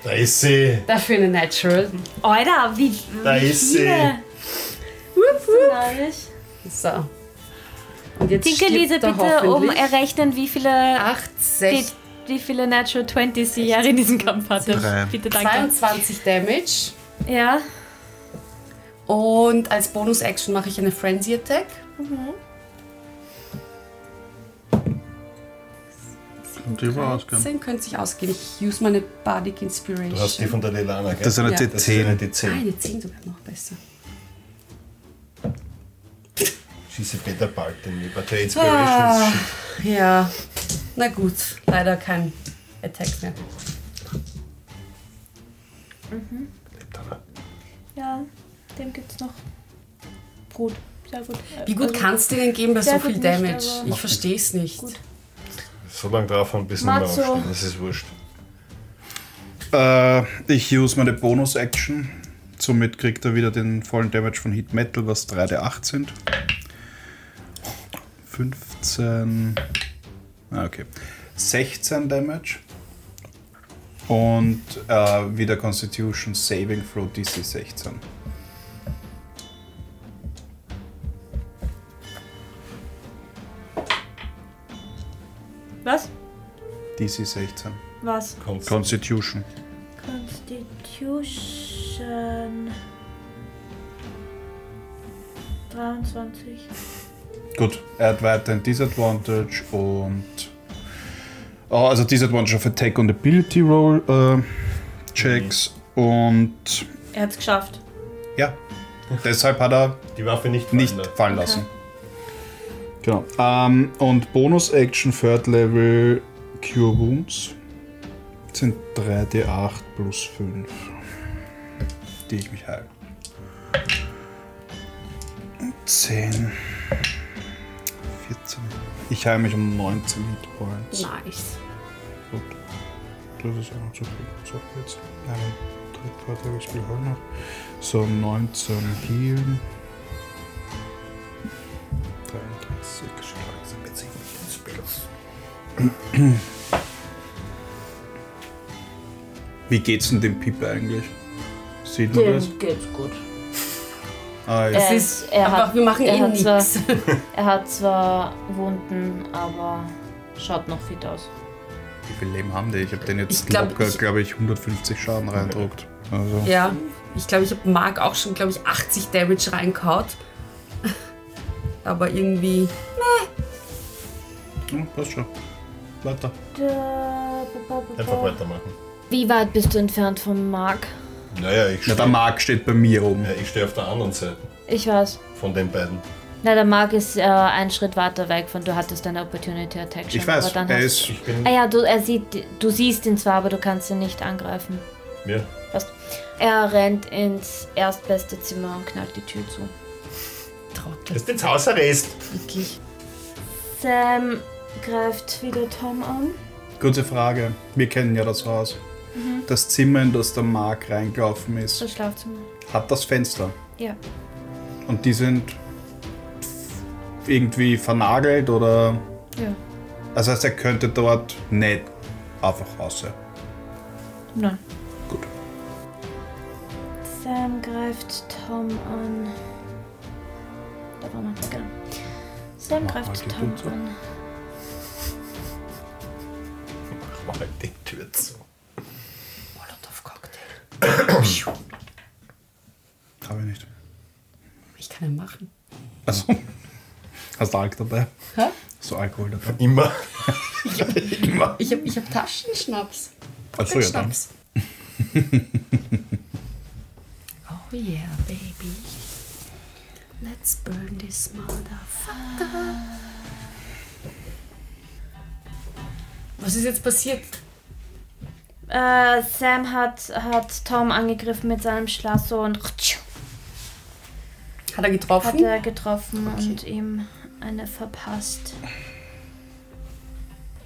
S6: Da ist sie.
S2: Dafür eine Natural.
S1: Alter, wie.
S6: Da
S1: wie
S6: ist sie.
S1: viele?
S2: Wupp,
S1: So
S2: wupp.
S1: neidisch.
S2: So. Und jetzt
S1: Tinkerliese,
S2: stirbt er
S1: bitte um
S2: hoffentlich.
S1: errechnen, wie viele,
S2: 8,
S1: wie,
S2: 6,
S1: wie viele Natural 20s sie Jahre in diesem Kampf hatte.
S4: Drei.
S1: Bitte danke.
S2: 22 Damage.
S1: Ja,
S2: Und als Bonus-Action mache ich eine Frenzy-Attack.
S4: Und die war ausgegangen.
S2: 10 könnte sich ausgehen. Ich use meine Bardic Inspiration.
S6: Du hast die von der Lilana, gell?
S4: Das ist eine
S2: Ja.
S6: Das halt ist
S2: ah,
S6: eine D10.
S4: T10.
S2: eine 10 sogar noch besser.
S6: Schieße better bald in die Batterie
S2: Ah,
S6: Inspirations.
S2: ja, na gut, leider kein Attack mehr.
S6: Lebt er,
S1: Ja, dem gibt's noch. Gut, sehr gut. Äh,
S2: Wie gut kannst du denen geben bei
S1: Sehr
S2: so
S1: gut
S2: viel
S1: Ähm, nicht,
S2: Damage?
S1: aber-
S2: Ich verstehe es nicht.
S1: Gut.
S6: So lange drauf haben, bis nicht mehr
S1: Matzo.
S6: aufstehen. Das ist wurscht.
S4: Äh, ich use meine Bonus-Action. Somit kriegt er wieder den vollen Damage von Hit Metal, was 3d8 sind. 15. Ah, okay. 16 Damage. Und äh, wieder Constitution Saving Throw DC 16.
S1: Was?
S4: DC 16.
S1: Was?
S6: Kommt.
S4: Constitution.
S1: Constitution. 23.
S4: Gut, er hat weiterhin Disadvantage und. Oh, also Disadvantage auf Attack und Ability Roll äh, Checks und.
S1: Er hat's geschafft.
S4: Ja, deshalb hat er
S6: Die Waffe nicht fallen
S4: nicht
S6: lassen.
S4: fallen lassen. Genau. Ähm, und Bonus Action Third Level Cure Wounds sind 3d8 plus 5, die ich mich heile. Und 10, 14. Ich heile mich um 19 Hitpoints.
S2: Nice.
S4: Gut. Das ist auch noch zu viel. So, jetzt. Nein, drei Tage ich spiele heute noch. So, 19 healen. 33 Schlag. Wie geht's denn dem Pippe eigentlich? Sieht man das?
S1: geht's gut.
S4: Ah, ja.
S1: Äh,
S2: Es ist,
S1: er
S2: aber
S1: hat-
S2: wir machen
S1: er
S2: eh
S1: hat zwar-
S2: nichts.
S1: Er hat zwar Wunden, aber schaut noch fit aus.
S4: Wie viel Leben haben die? Ich habe den
S2: Ich
S4: jetzt,
S2: glaub,
S4: glaube
S2: ich-
S4: ich, glaub ich, 150 Schaden reindruckt. Also,
S2: Ja, ich glaube, ich habe Mark auch schon, glaube ich, 80 Damage reinkaut. Aber irgendwie.
S4: hm, passt schon. Weiter.
S6: Einfach weitermachen.
S1: Wie weit bist du entfernt vom Mark?
S6: Naja, ich
S4: Ja, der
S6: stehe
S4: Mark steht bei mir oben.
S6: ja, ich steh auf der anderen Seite
S1: Ich weiß.
S6: von den beiden.
S1: Na, der Mark ist äh, einen Schritt weiter weg von du hattest deine Opportunity Attack schon.
S4: Ich weiß,
S1: Genau, aber dann hast-
S4: er ist
S6: Ich bin.
S1: Ah ja, du, er sieht, du siehst ihn zwar, aber du kannst ihn nicht angreifen.
S6: Ja.
S1: Passt. Er rennt ins erstbeste Zimmer und knallt die Tür zu.
S2: Trottel,
S6: Ist ins Hausarrest.
S2: wirklich.
S1: Sam greift wieder Tom an.
S4: Gute Frage. Wir kennen ja das Haus. Das Zimmer, in das der Mark reingelaufen ist,
S1: Das Schlafzimmer.
S4: hat das Fenster.
S1: Ja.
S4: Und die sind irgendwie vernagelt oder.
S1: Ja.
S4: Das heißt, er könnte dort nicht einfach raus.
S1: Nein.
S4: Gut.
S1: Sam greift Tom an. Da war man. Genau. Sam
S4: Mach mal
S1: greift
S4: die
S1: Tom
S4: Tür zu.
S1: an.
S6: Mach mal die Tür zu.
S2: Oh, Molotow-Cocktail.
S4: Habe ich nicht.
S2: Ich kann ihn machen.
S4: Also, hast du Alk dabei?
S2: Hä?
S4: So Alkohol dabei?
S6: Immer.
S2: Ich habe ich hab Taschenschnaps.
S4: Achso, ja, dann.
S2: Schnaps. oh yeah, baby. Let's burn this motherfucker. Was ist jetzt passiert?
S1: Äh, Sam hat, hat Tom angegriffen mit seinem Schlasso und
S2: Hat er
S1: hat
S2: getroffen?
S1: er getroffen und ihm eine verpasst.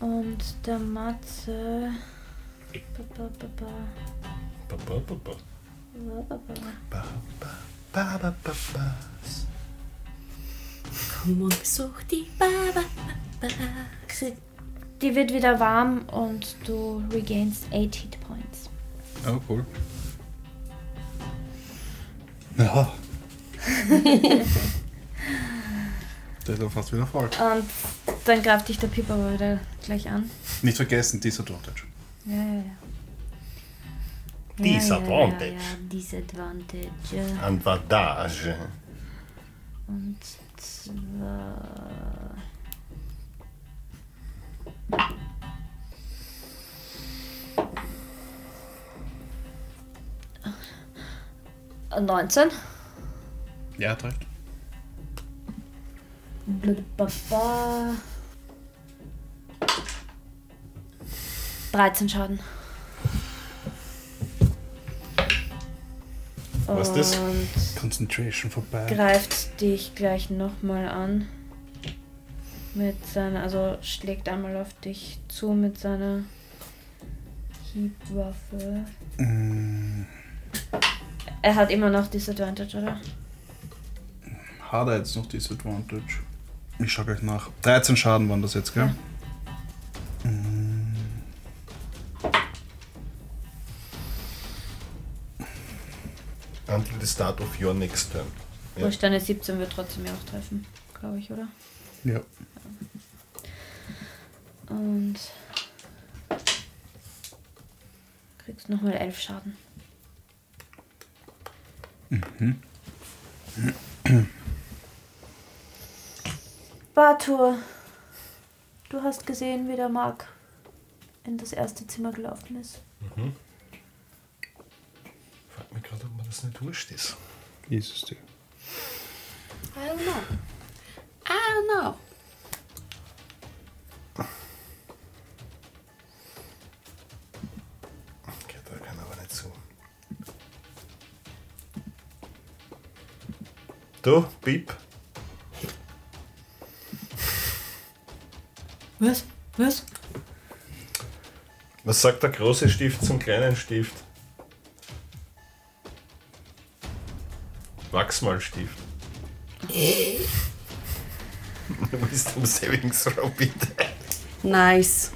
S1: Und der Matze. Ba, ba, ba, ba.
S6: Ba, ba, ba, ba.
S1: Ba, ba, ba.
S6: Ba, ba, ba, ba.
S2: Komm und besuch die Baba.
S1: Sie, die wird wieder warm und du regainst 8 Hit Points.
S4: Oh, cool. Ja. Der ist ja fast wieder voll.
S1: Und dann greift dich der Piper aber wieder gleich an.
S4: Nicht vergessen, Disadvantage.
S1: Ja, ja, ja.
S6: Disadvantage.
S1: Ja, ja, ja, disadvantage. ja.
S6: Advantage.
S1: Und zwar. Äh, 19.
S4: Ja, hat recht.
S1: Blablabla. 13 Schaden.
S6: Was ist das?
S1: Und
S4: Concentration vorbei.
S1: greift dich gleich nochmal an. Mit seiner, also schlägt einmal auf dich zu mit seiner Hiebwaffe. Er hat immer noch Disadvantage, oder?
S4: Hat er jetzt noch Disadvantage? Ich schau gleich nach. 13 Schaden waren das jetzt, gell? Mm.
S6: Until the start of your next turn. Ja.
S1: Durch deine 17 wird trotzdem ja auch treffen, glaube ich, oder?
S4: Ja.
S1: Und kriegst nochmal 11 Schaden. Bartur, du hast gesehen, wie der Mark in das erste Zimmer gelaufen ist.
S6: Frag mich gerade, ob mir das nicht wurscht ist.
S5: Jesus, Digga.
S2: I don't know. I don't know.
S6: Okay, da kann aber nicht zu. Du, Piep,
S2: Was? Was?
S6: was sagt der große Stift zum kleinen Stift? Wachsmalstift. Wisdom Saving Throw, bitte.
S2: Nice.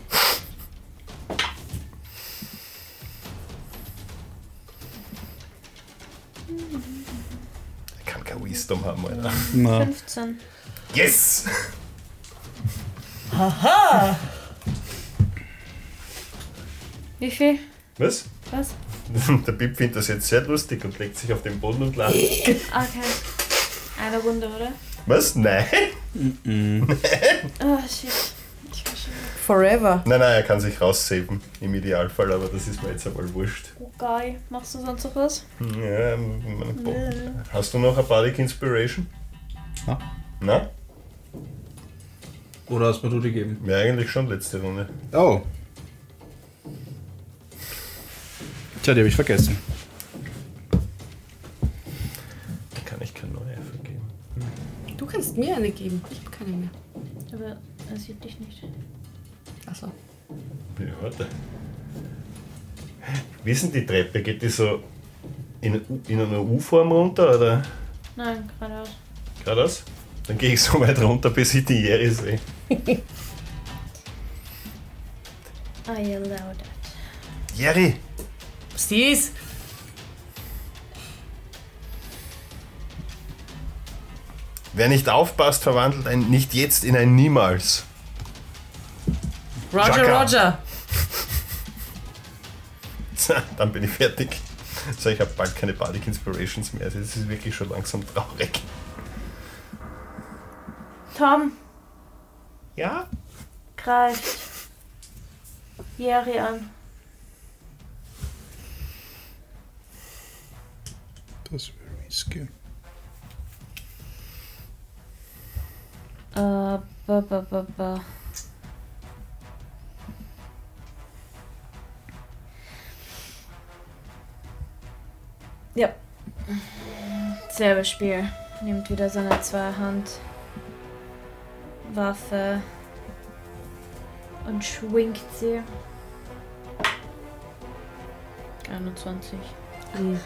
S6: Ich kann kein Wisdom haben, Alter.
S4: Na,
S1: 15.
S6: Yes!
S1: Wie viel?
S6: Was?
S1: Was?
S6: Der Pip findet das jetzt sehr lustig und legt sich auf den Boden und lacht.
S1: Okay. Ah, Eine Runde, oder?
S6: Was? Nein?
S1: Oh, shit. Ich war schon.
S2: Forever.
S6: Nein, nein, er kann sich raussaven im Idealfall, aber das ist mir jetzt einmal wurscht.
S1: Oh, geil. Machst du sonst noch was?
S6: Ja, mein Bo-
S1: Nö.
S6: Hast du noch eine Bardic Inspiration?
S4: Na.
S6: Na?
S4: Oder hast mir du die gegeben?
S6: Ja, eigentlich schon letzte Runde.
S4: Oh. Tja, die habe ich vergessen.
S6: Da kann ich keine neue vergeben.
S2: Du kannst mir eine geben. Ich habe keine mehr.
S1: Aber er sieht dich nicht.
S2: Achso.
S6: Ja, warte. Wie ist denn die Treppe? Geht die so in, in einer U-Form runter oder
S1: Nein, geradeaus.
S6: geradeaus? Dann gehe ich so weit runter, bis ich die Jerry sehe.
S1: I allow that.
S6: Jerry!
S2: Sieh's.
S6: Wer nicht aufpasst, verwandelt ein nicht jetzt in ein niemals.
S2: Roger,
S6: Jacka.
S2: Roger.
S6: So, Dann bin ich fertig. So, ich habe bald keine Bardic Inspirations mehr. Also, es ist wirklich schon langsam traurig.
S1: Tom,
S6: Ja?
S1: greift Jerry an.
S4: Das wäre risky.
S1: Äh, ba, ba, ba, ba. Ja. Selbes Spiel. Nimmt wieder seine Zweihand-Waffe und schwingt sie. 21.
S2: Mhm.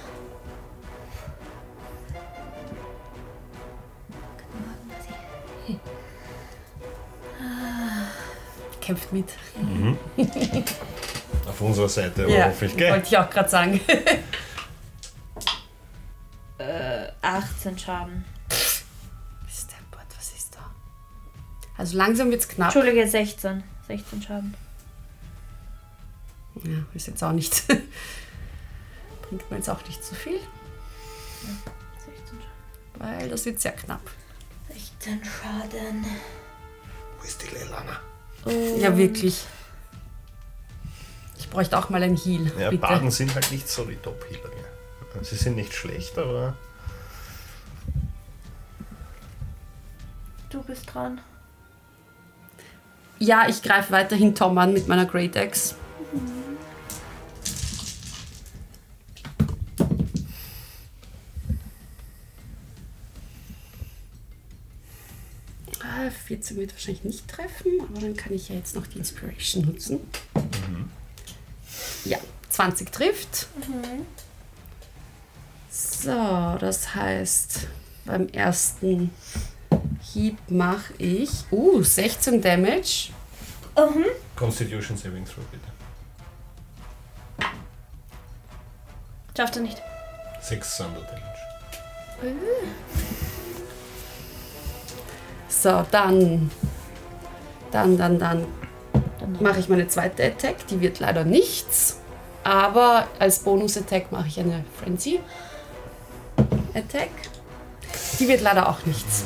S2: Kämpft mit.
S6: Auf unserer Seite, hoffe ich, gell?
S2: wollte ich auch gerade sagen.
S1: 18 Schaden.
S2: Stepboard, was ist da? Also langsam wird's knapp.
S1: Entschuldige, 16. 16 Schaden.
S2: Ja, ist jetzt auch nichts. trinkt man jetzt auch nicht zu viel,
S1: 16 Schaden.
S2: weil das wird sehr knapp.
S1: 16 Schaden.
S3: Wo ist die Leilana?
S1: Und
S2: Ja, wirklich. Ich bräuchte auch mal ein Heal,
S6: Ja,
S2: bitte.
S6: Baden sind halt nicht so die Top-Healer. gell. Sie sind nicht schlecht, aber
S1: Du bist dran.
S2: Ja, ich greife weiterhin Tom an mit meiner Great Axe. Ah, 14 wird wahrscheinlich nicht treffen, aber dann kann ich ja jetzt noch die Inspiration nutzen. Ja, 20 trifft. So, das heißt, beim ersten Hieb mache ich, uh, 16 Damage.
S6: Constitution Saving Throw bitte.
S1: Schafft er nicht.
S6: Sechs Thunder Damage.
S2: So, dann. Dann, dann, dann mache ich meine zweite Attack. Die wird leider nichts. Aber als Bonus-Attack mache ich eine Frenzy-Attack. Die wird leider auch nichts.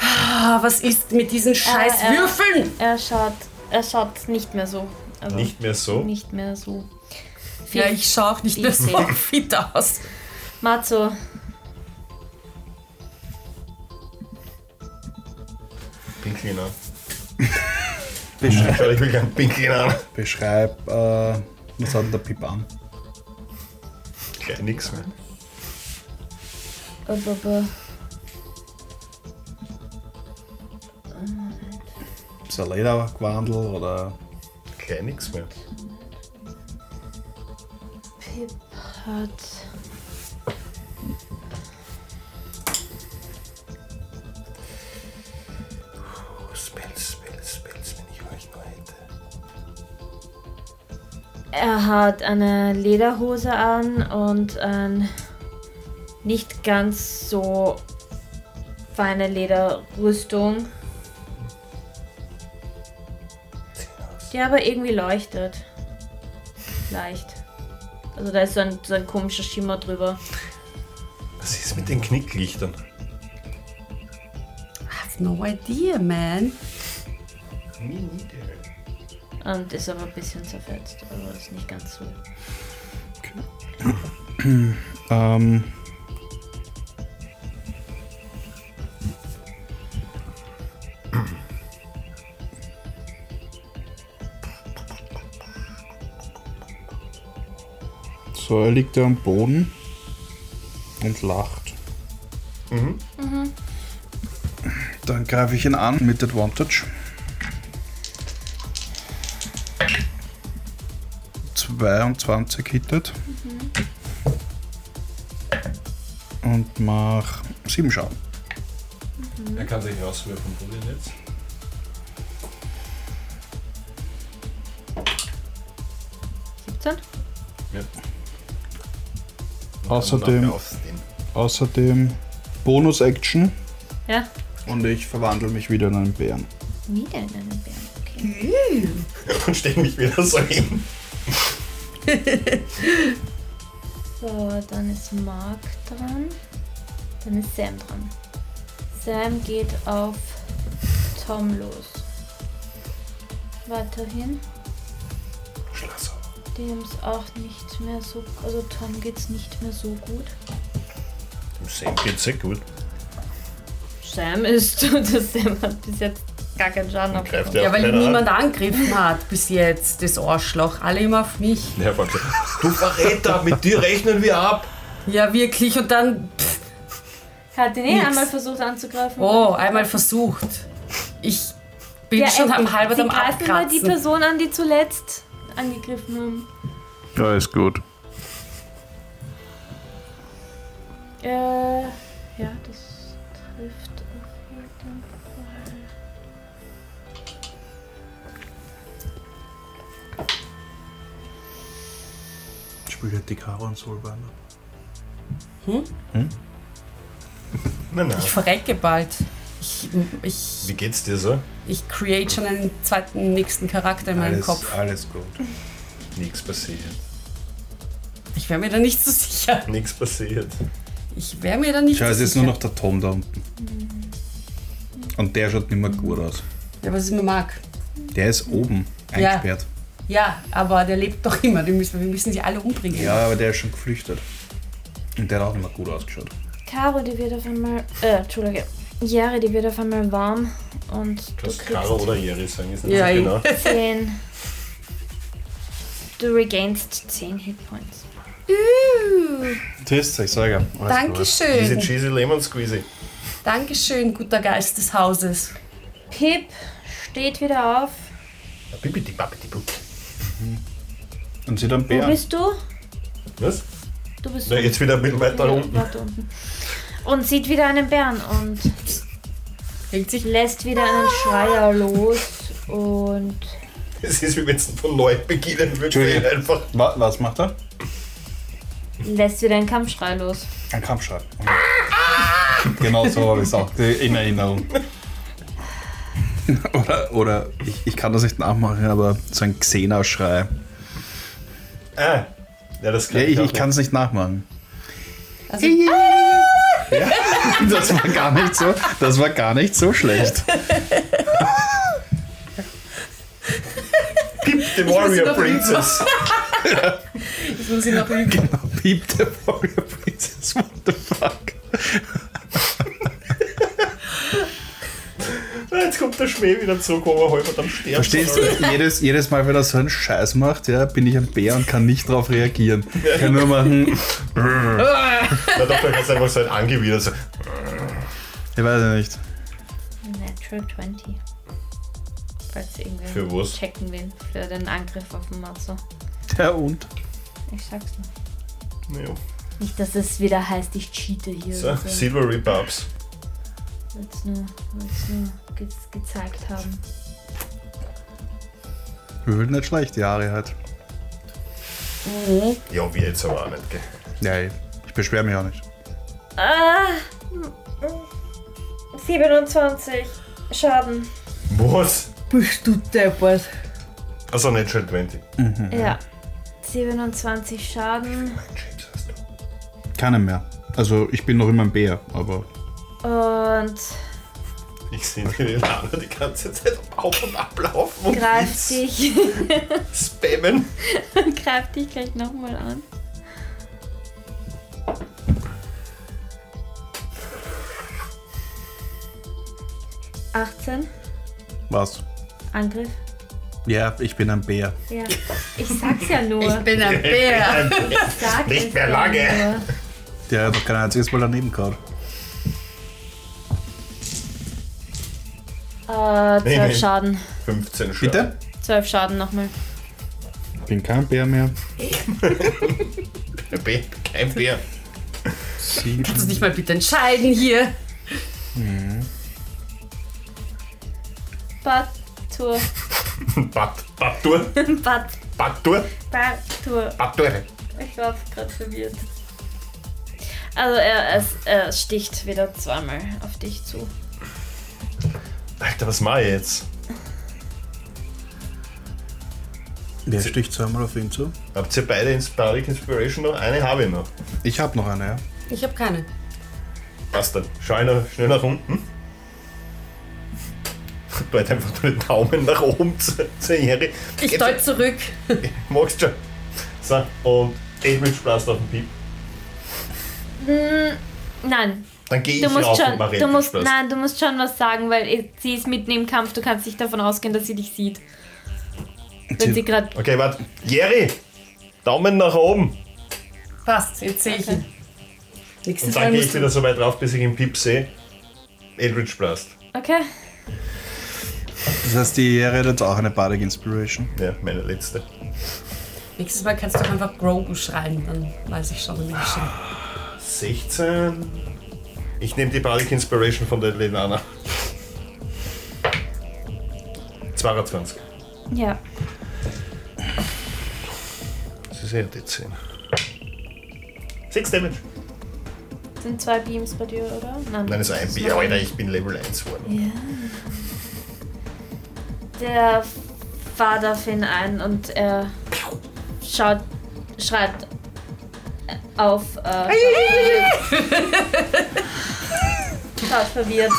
S2: Ah, Was ist mit diesen scheiß
S1: Ah, äh.
S2: Würfeln?
S1: Er schaut, er schaut nicht mehr so. Also
S6: Nicht mehr so.
S1: Nicht mehr so. Viel.
S2: Ja, ich schaue auch nicht
S1: Die
S2: mehr so
S1: Szene.
S2: fit aus.
S1: Matzo.
S6: Pinkel ihn an.
S4: Beschreib,
S6: Schau, ich will keinen Pinkel ihn an.
S4: beschreib äh, was hat denn der Pip an?
S6: Gleich nix mehr.
S1: Äh, b- b-
S4: Ist ein Ledergewandel oder
S6: Gleich nix mehr.
S1: Pip hat.
S3: Oh, Spells, Spells, Spells, wenn ich euch nur hätte.
S1: Er hat eine Lederhose an und ein nicht ganz so feine Lederrüstung,
S3: Zehn aus.
S1: die aber irgendwie leuchtet. Leicht. Also da ist so ein, so ein komischer Schimmer drüber.
S6: Was ist mit den Knicklichtern?
S2: I have no idea, man.
S6: Nie, nie, die-
S1: Und ist aber ein bisschen zerfetzt. Aber ist nicht ganz so.
S4: ähm, So, er liegt da am Boden und lacht. Mhm. Dann greife ich ihn an mit Advantage. Zweiundzwanzig hittet. und mach 7 Schaden.
S6: Er kann sich rauswerfen, Bullen jetzt.
S1: Gibt's dann?
S6: Ja.
S4: Außerdem-
S6: Nachher aufs Ding.
S4: Außerdem Bonus-Action
S1: Ja?
S4: und ich verwandle mich wieder in einen Bären.
S1: Wieder in einen Bären. Okay.
S6: Und stell mich wieder so hin.
S1: So, dann ist Mark dran. Dann ist Sam dran. Sam geht auf Tom los. Weiterhin.
S3: Schloss auf.
S1: Dem ist auch nicht mehr so. Also Tom geht's nicht mehr so gut.
S6: Dem Sam geht's sehr gut.
S1: Sam ist. Das Sam hat bis jetzt gar keinen Schaden
S6: Dann greift
S1: abbekommen.
S6: er
S2: Ja,
S6: auf
S2: weil
S6: keiner
S2: niemand angegriffen hat bis jetzt, das Arschloch. Alle immer auf mich.
S6: an. Der fragt so, Du Verräter, mit dir rechnen wir ab.
S2: Ja, wirklich. Und dann, pff,
S1: Hat ihn eh
S2: Nix.
S1: einmal versucht anzugreifen.
S2: oh, einmal versucht. Ich bin
S1: Ja,
S2: schon
S1: echt.
S2: am halber
S1: Sie
S2: am
S1: greifen immer die
S2: Abkratzen.
S1: Person an, die zuletzt angegriffen haben.
S4: Ja, ist gut.
S1: Äh, ja, das trifft auf jeden Fall.
S4: Spielt halt die Karo und Solbeiner.
S6: Nein,
S2: Ich
S6: nein.
S2: verrecke bald. Ich, ich,
S6: Wie geht's dir so?
S2: ich create schon einen zweiten, nächsten Charakter in meinem
S4: Alles,
S2: Kopf.
S4: alles gut.
S6: Nichts passiert.
S2: Ich wäre mir da nicht so sicher.
S6: Nichts passiert.
S2: Ich wäre mir da nicht
S4: Scheiße,
S2: so
S4: jetzt
S2: sicher.
S4: nur noch der Tom da unten. Und der schaut nicht mehr gut aus.
S2: ja, was ich mir mag.
S4: Der ist oben
S2: Ja.
S4: eingesperrt.
S2: Ja, aber der lebt doch immer. Den müssen, wir wir müssen sie alle umbringen.
S4: Ja, aber der ist schon geflüchtet. Und der hat auch nicht mehr gut ausgeschaut.
S1: Caro, die wird auf einmal. Äh, Entschuldige. Jari, die wird auf einmal warm und
S6: Du
S1: du
S6: kannst Caro
S1: kriegst
S6: oder Jerry sagen, ist nicht
S2: Ja,
S6: so
S2: ich-
S6: genau.
S1: 10. Du regainst 10 Hitpoints.
S2: Uh,
S4: Tschüss, ich sage.
S6: Diese
S2: Dankeschön.
S6: cheesy Lemon Squeezy.
S2: Dankeschön, guter Geist des Hauses.
S1: Pip steht wieder auf.
S6: Bibidi babidi bup.
S4: Und sieht einen
S1: Wo
S4: Bären.
S1: bist du?
S6: Was?
S1: Du bist
S6: Na, jetzt wieder ein bisschen weiter
S1: Ja,
S6: unten.
S1: warte unten. Und sieht wieder einen Bären und
S2: Denkt sich,
S1: lässt wieder einen Schreier los und
S6: Es ist wie wenn es von neu beginnen würde.
S4: Entschuldigung.
S6: Entschuldigung. Einfach.
S4: Wa was macht er?
S1: lässt wieder einen Kampfschrei los.
S4: Ein Kampfschrei. genau so habe ich es auch in Erinnerung. oder oder ich, ich kann das nicht nachmachen, aber so ein Xena-Schrei.
S6: Ah. Ja, das kann
S4: Ja, ich
S6: auch
S4: ich kann es nicht nachmachen.
S2: also,
S4: Ja, das war gar nicht so, das war gar nicht so schlecht.
S6: nicht. Pip the
S2: muss
S6: Warrior
S2: noch
S6: Princess.
S2: ich muss ihn noch üben.
S4: genau, Piep der Warrior Princess, what the fuck?
S6: Ah, Jetzt kommt der Schmäh wieder zurück, wo wir halb am Sterben
S4: Verstehst du, jedes, jedes Mal, wenn er so einen Scheiß macht, ja, bin ich ein Bär und kann nicht darauf reagieren. Ich kann nur machen,
S6: Na, dafür kannst du einfach so ein Angewidert. So.
S4: ich weiß nicht.
S1: Natural 20. Falls irgendwer
S6: Für was?
S1: checken will. Für den Angriff auf den Matzo.
S4: Der und?
S1: Ich sag's nicht.
S6: Naja.
S1: Nicht, dass es wieder heißt, ich cheate hier.
S6: So,
S1: oder so.
S6: Silvery Bubs.
S1: Wollt's nur, wollt's nur ge gezeigt haben.
S4: Höhlen nicht schlecht, die Haare halt.
S6: Ja, wir jetzt aber auch nicht, gell?
S4: Ja, ich beschwere mich auch nicht.
S1: Ah! 27 Schaden.
S6: Was?
S2: Bist du deppert.
S6: Also Natural 20.
S4: Mhm.
S1: Ja. 27 Schaden
S6: Mein Chips hast du.
S4: Keine mehr. Also, ich bin noch immer ein Bär, aber
S1: und
S6: Ich sehe die Lana die ganze Zeit auf und ablaufen und
S1: greift dich,
S6: spammen.
S1: greift dich gleich nochmal an. Achtzehn,
S4: was?
S1: Angriff.
S4: Ja, ich bin ein Bär.
S1: Ja. Ich sag's ja nur.
S2: Ich bin ein Bär.
S1: Ich sag
S6: Nicht
S1: es
S6: mehr
S1: ja
S6: lange.
S1: nur.
S4: Der hat doch kein einziges Mal daneben gehauen.
S1: Äh, 12
S6: Nee, nee.
S1: Schaden.
S6: 15 Schaden.
S4: Bitte?
S1: 12 Schaden nochmal.
S4: Bin kein Bär mehr.
S6: Ein Bär, Kein Bär.
S2: Kannst du dich mal bitte entscheiden hier?
S1: Batur.
S6: Bat, Batur,
S1: Bat.
S6: Batur,
S1: Batur.
S6: Batur.
S1: Ich war gerade verwirrt. Also er, es- er sticht wieder zweimal auf dich zu.
S6: Alter, was mach ich jetzt?
S4: Der sticht zweimal auf ihn zu.
S6: Habt ihr beide Inspiring Inspiration noch? Eine habe ich noch.
S4: Ich hab noch eine, ja.
S2: Ich habe keine.
S6: Passt dann. Schau ich noch schnell nach unten. Deut hm? einfach nur den Daumen nach oben zu, zu Jerry.
S2: Ich
S6: Jetzt-
S2: deut zurück.
S6: Magst schon. So, und ich bin Blast auf den Piep.
S1: Nein,
S6: Dann gehe ich
S1: du musst
S6: rauf
S1: schon,
S6: und mache
S1: du musst,
S6: Blast.
S1: nein, du musst schon was sagen, weil i- sie ist mitten im Kampf. Du kannst nicht davon ausgehen, dass sie dich sieht. Wenn sie gerade
S6: Okay, warte. Jerry! Daumen nach oben!
S2: Passt, jetzt sehe ich ihn. Nächstes
S6: Und
S2: Mal
S6: dann gehe ich
S2: musst
S6: wieder
S2: du...
S6: so weit drauf, bis ich im Piep sehe. Eldritch Blast.
S1: okay.
S4: Das heißt, die Jere hat jetzt auch eine Bardic Inspiration.
S6: Ja, meine letzte.
S2: Nächstes Mal kannst du auch einfach Grogu schreien, dann weiß ich schon, wie ich schon.
S6: 16. Ich nehme die Bardic Inspiration von der Lenana. 22.
S1: Ja,
S6: Das ist ja die 10. 6 Damage.
S1: sind zwei Beams bei dir, oder?
S6: Nein, das ist ein B. Alter, ich bin Level 1 geworden.
S1: Ja. Der Vater fing ein und er schaut, schreit auf. Äh, Schaut verwirrt.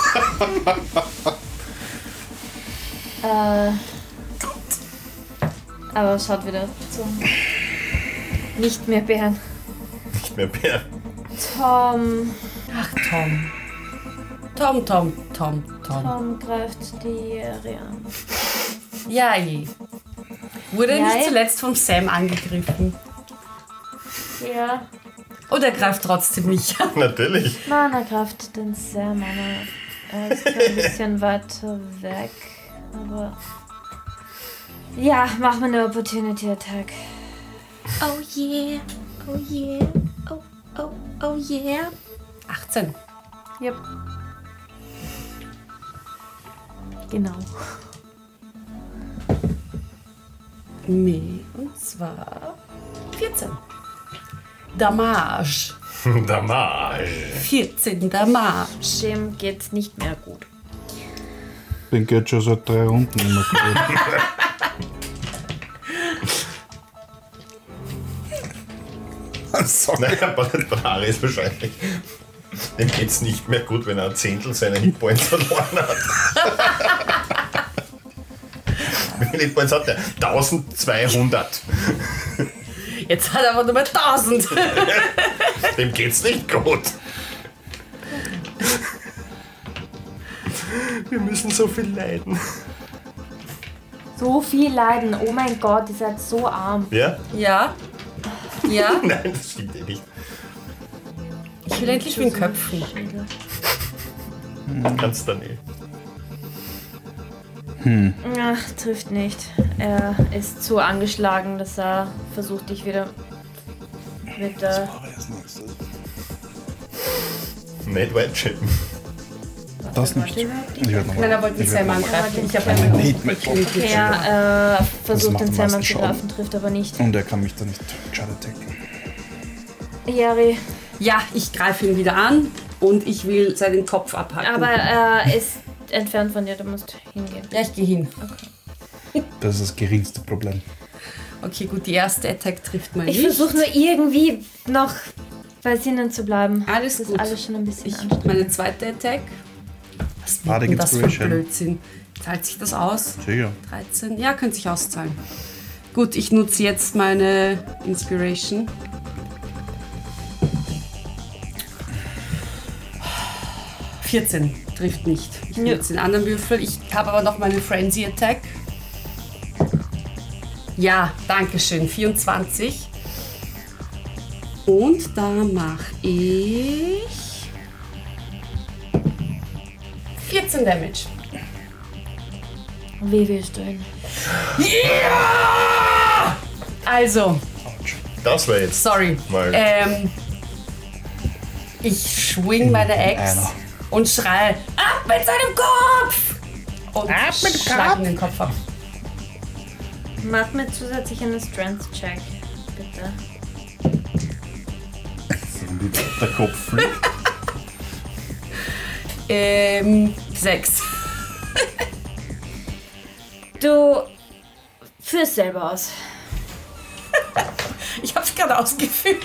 S1: äh, aber schaut wieder zum. Nicht mehr Bären.
S6: Nicht mehr Bär.
S1: Tom.
S2: Ach, Tom. Tom, Tom, Tom, Tom.
S1: Tom greift die Ariane.
S2: Ja, je. Wurde er
S1: Jai.
S2: nicht zuletzt vom Sam angegriffen.
S1: Ja.
S2: Und er greift trotzdem mich an.
S6: Natürlich.
S1: Mana greift den Sam. Mana äh, ist zwar ein bisschen weiter weg, aber. Ja, mach mal eine Opportunity Attack.
S7: Oh yeah, oh yeah, oh, oh, oh yeah.
S2: 18.
S1: Yep. Genau.
S2: Nee, und zwar 14. Damage.
S6: Damage.
S2: 14 Damage.
S1: Dem geht's nicht mehr gut.
S4: Den geht schon seit drei Runden immer gut.
S6: Naja, Barry ist wahrscheinlich. Dem geht's nicht mehr gut, wenn er ein Zehntel seiner Hitpoints verloren hat. Wie viele Hitpoints hat er? 1200.
S2: Jetzt hat er aber nur mehr 1000.
S6: Dem geht's nicht gut. Wir müssen so viel leiden.
S1: So viel leiden. Oh mein Gott, ihr seid so arm.
S6: Ja?
S2: Ja. Ja.
S6: Nein, das stimmt eh nicht.
S2: Ich will endlich mit Köpfen.
S6: Kannst dann eh.
S1: Ach, trifft nicht. Er ist zu angeschlagen, dass er versucht, dich wieder mit der.
S6: Nicht weit chippen.
S4: Das nicht. Ich werde
S2: Nein,
S4: nochmal.
S2: er wollte mich Sam angreifen. Ich habe einen
S4: Hit mit
S1: Okay, er äh, versucht,
S4: macht
S1: den
S4: am
S1: Sam
S4: meisten
S1: anzugreifen, trifft aber nicht.
S4: Und er kann mich dann nicht schade attacken.
S1: Yari,
S2: äh, Ja, ich greife ihn wieder an und ich will seinen Kopf abhacken.
S1: aber er ist entfernt von dir, du musst hingehen.
S2: ja, ich gehe hin.
S4: Das ist das geringste Problem.
S2: Okay, gut, die erste Attack trifft mal
S1: Ich
S2: nicht.
S1: versuche nur irgendwie noch bei Sinnen zu bleiben.
S2: Alles
S1: das
S2: gut.
S1: ist alles schon ein bisschen
S2: Ich
S1: anstrengend.
S2: meine zweite Attack. Was war
S4: Bardic
S2: denn das für
S4: Inspiration.
S2: Blödsinn? Zahlt sich das aus?
S4: Sicher.
S2: 13? Ja, könnte sich auszahlen. Gut, ich nutze jetzt meine Inspiration. ...14 trifft nicht. Ich nehme
S1: Nö.
S2: jetzt den anderen Würfel. Ich habe aber noch meine Frenzy Attack. Ja, danke schön. 24. Und da mache ich... 14 Damage.
S1: Wie willst du ihn?
S2: Also,
S6: Das war jetzt.
S2: Sorry.
S6: Weil-
S2: Ähm, ich schwing meine Axt
S4: Hm, Einer.
S2: und schreie, ab mit seinem Kopf! Und ab mit schlag ihm den Kopf ab.
S1: Mach mir zusätzlich einen Strength-Check, bitte.
S6: Der Kopf fliegt.
S2: Ähm, sechs.
S1: Du führst selber aus.
S2: Ich hab's gerade ausgeführt.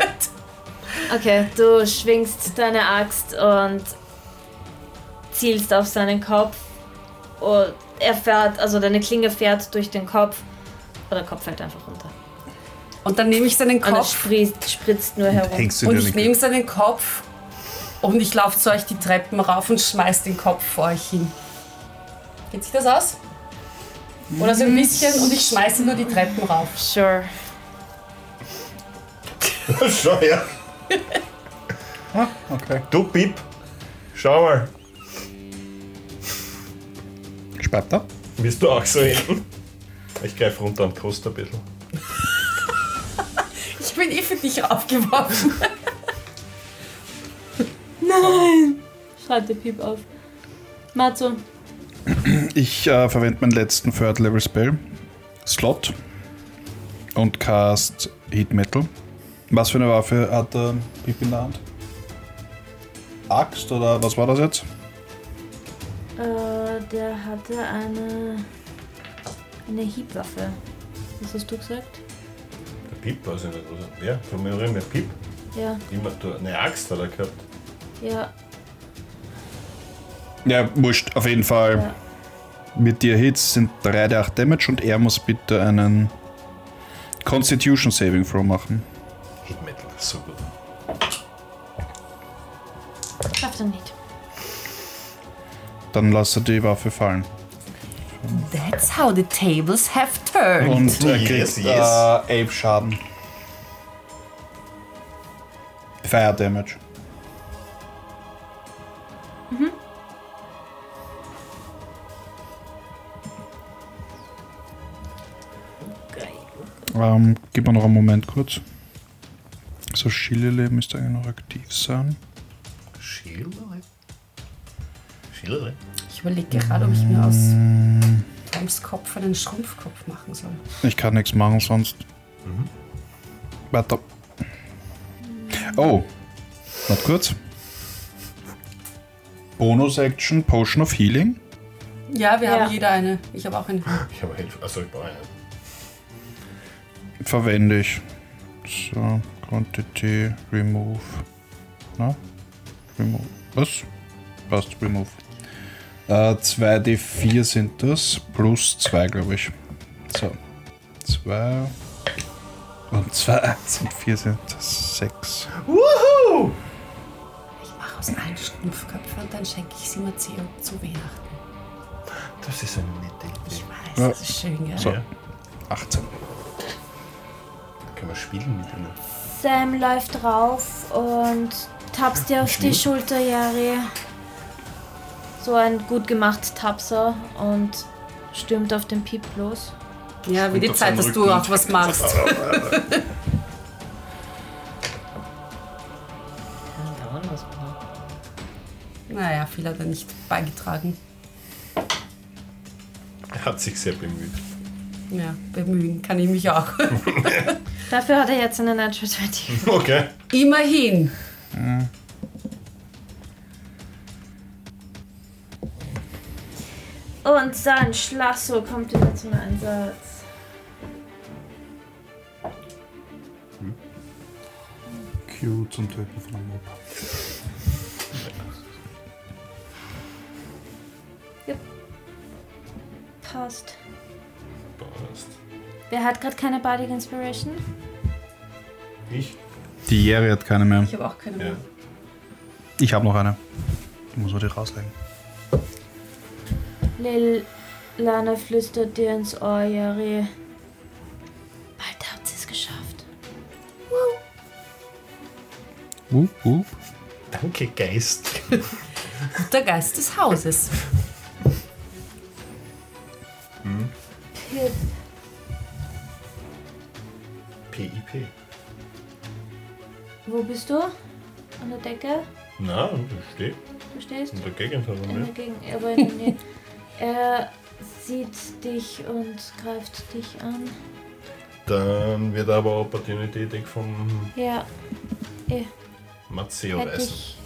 S1: Okay, du schwingst deine Axt und zielst auf seinen Kopf. Und er fährt, also deine Klinge fährt durch den Kopf. Und der Kopf fällt einfach runter.
S2: Und dann nehme ich seinen
S1: Und es
S2: Kopf
S1: spritzt, spritzt nur herum.
S4: Hängst du
S2: und
S4: dir
S2: ich
S4: nicht.
S2: nehme seinen Kopf und ich laufe zu euch die Treppen rauf und schmeiß den Kopf vor euch hin. Geht sich das aus? Oder so ein bisschen und ich schmeiße nur die Treppen rauf.
S1: Sure.
S6: Schau her.
S4: Okay.
S6: Du Piep. Schau mal.
S4: Speibt er?
S6: Bist du auch so hinten? Ich greife runter und koste ein bisschen.
S2: Ich bin eh für dich aufgeworfen.
S1: Schreit der Piep auf. Matzo,
S4: Ich äh, verwende meinen letzten Third Level Spell. Slot. Und cast Heat Metal. Was für eine Waffe hat der Pip in der Hand? Axt oder was war das jetzt?
S1: äh, der hatte eine, eine Hiebwaffe. Was hast du gesagt?
S6: Der Piep weiß ich nicht, was er. Wer? Von mir reden wir Piep.
S1: Ja,
S6: Immer, du, eine Axt hat er gehabt.
S1: ja,
S4: Ja, wurscht, auf jeden Fall.
S1: Ja.
S4: Mit dir Hits sind 3 der 8 Damage und er muss bitte einen Constitution Saving Throw machen.
S6: Hit Metal, so gut.
S1: schafft er nicht.
S4: Dann lass er die Waffe fallen.
S8: That's how the tables have turned.
S4: Und er kriegt
S6: Yes, yes.
S4: äh, 11 Schaden. Fire Damage. Ähm, gib mir noch einen Moment kurz. So, Schillele müsste eigentlich noch aktiv sein.
S6: Schildere? Schildere?
S2: Ich überlege gerade, ob ich mir aus
S6: Mm.
S2: Toms Kopf einen Schrumpfkopf machen soll.
S4: Ich kann nichts machen sonst. Weiter. Oh. Warte kurz. Bonus Action Potion of Healing.
S2: Ja, wir
S1: Ja.
S2: haben jeder eine. Ich habe auch eine.
S6: Ich habe Hilfe. Achso, ich brauche eine.
S4: Verwende ich. So, Quantity, Remove. Na? Remove. Was? Passt, Remove. Äh, 2D4 sind das, plus 2, glaube ich. So. 2. Und 2 sind 4 sind das 6.
S2: Ich mache aus allen Schrumpfköpfen und dann schenke ich sie mir zu, zu Weihnachten.
S6: Das ist eine nette Idee.
S2: Ich weiß,
S4: Ja.
S2: das ist schön, gell?
S4: So.
S6: Ja.
S4: 18.
S6: Können wir spielen mit einer?
S1: Sam läuft rauf und tapst dir auf die Schulter, Jari. So ein gut gemacht Tapser und stürmt auf den Piep los.
S2: Ja, wie die
S6: auf
S2: Zeit,
S6: seinen
S2: dass du
S6: Rücken.
S2: auch was machst. Naja, viel hat er nicht beigetragen.
S6: Er hat sich sehr bemüht.
S2: Ja, bemühen kann ich mich auch.
S1: Dafür hat er jetzt eine Natural 20.
S6: Okay.
S2: Immerhin.
S1: Und sein Schlasso kommt wieder zum Einsatz.
S5: Q zum Töten von einem Mob.
S1: Passt.
S6: Passt.
S1: Wer hat gerade keine Bardic Inspiration?
S6: Ich?
S4: Die Jerry hat keine mehr.
S2: Ich habe auch keine
S6: Ja.
S2: mehr.
S4: Ich habe noch eine. Ich muss man die rauslegen.
S1: Lilana flüstert dir ins Ohr, Jari. Bald hat sie es geschafft.
S4: Wup, wup.
S6: Danke, Geist.
S2: Der Geist des Hauses.
S1: Pip.
S6: PIP.
S1: Wo bist du? An der Decke?
S6: Na, ich stehe
S1: Du stehst?
S6: in der Gegend herum.
S1: In
S6: Ja.
S1: der Gegend, aber in der Nähe. Er sieht dich und greift dich an.
S6: Dann wird aber Opportunity Deck vom
S1: Ja,
S6: Matzeo
S1: hätte
S6: reißen.
S1: ich.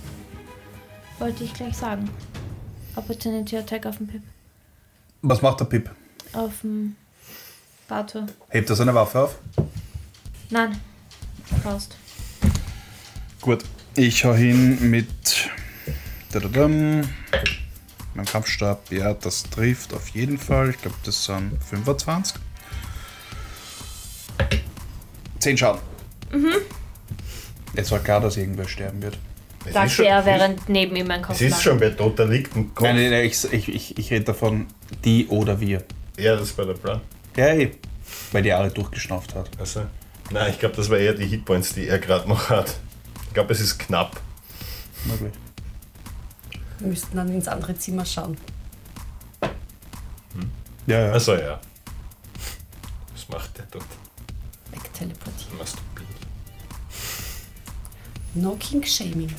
S1: Wollte ich gleich sagen. Opportunity Attack auf dem Pip.
S4: Was macht der Pip?
S1: Auf dem Bator.
S4: Hebt er seine Waffe auf?
S1: Nein. Faust.
S4: Gut. Ich hau hin mit dadadam, meinem Kampfstab. Ja, das trifft auf jeden Fall. Ich glaube, das sind 25. 10 Schaden. Jetzt war klar, dass irgendwer sterben wird.
S6: Es ist
S1: Sagt
S6: schon-
S1: er, während neben ihm ein Kopf
S6: Es ist
S1: lag.
S6: schon bei Toter liegt ein Kopf.
S4: Nein, nein, nein, ich, ich, ich, ich rede davon, die oder wir.
S6: Ja, das war der Plan.
S4: Hey, weil die alle durchgeschnauft hat.
S6: Also, nein, ich glaube, das war eher die Hitpoints, die er gerade noch hat. Ich glaube, es ist knapp.
S4: Möglich.
S2: Wir müssten dann ins andere Zimmer schauen.
S4: Ja, ja.
S6: Also ja. Was macht der dort?
S2: Wegteleportieren.
S6: Masturbiert.
S2: No King Shaming.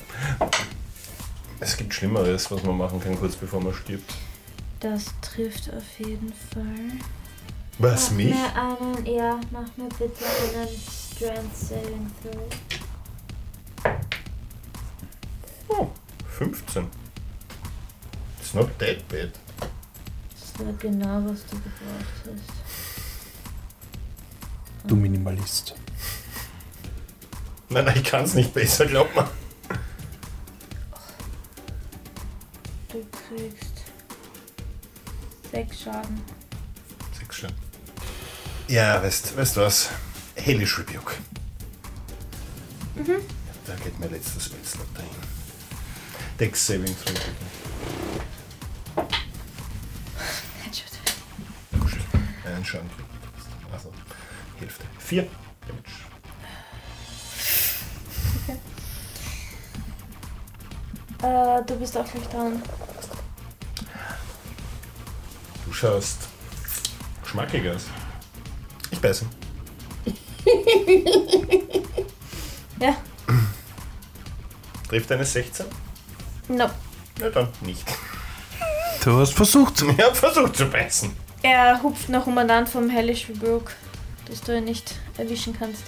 S6: Es gibt Schlimmeres, was man machen kann, kurz bevor man stirbt.
S1: Das trifft auf jeden Fall.
S6: Was, mich?
S1: Mach mir einen, ja, mach mir bitte einen Strength Saving Throw.
S6: 15. Oh, It's not that bad.
S1: Das war genau, was du gebraucht hast.
S4: Du Minimalist.
S6: Nein, nein, ich kann es nicht besser, glaub mal.
S1: Du kriegst sechs Schaden.
S6: Sechs Schaden. Ja, weißt, weißt du was? Hellish Rebuke. Da geht mein letztes Spellslot dahin. Dex Saving Throw. bitte. Einen Schaden. Also, Hälfte. Vier. Damage.
S1: Äh, du bist auch gleich dran.
S6: Du schaust schmackig aus. Ich beiße.
S1: Ja.
S6: Trifft eine 16?
S1: Nope.
S6: Na dann nicht.
S4: Du hast versucht.
S6: Ich hab versucht zu beißen.
S1: Er hupft noch umeinander vom Hellish Rebuke, dass du ihn nicht erwischen kannst.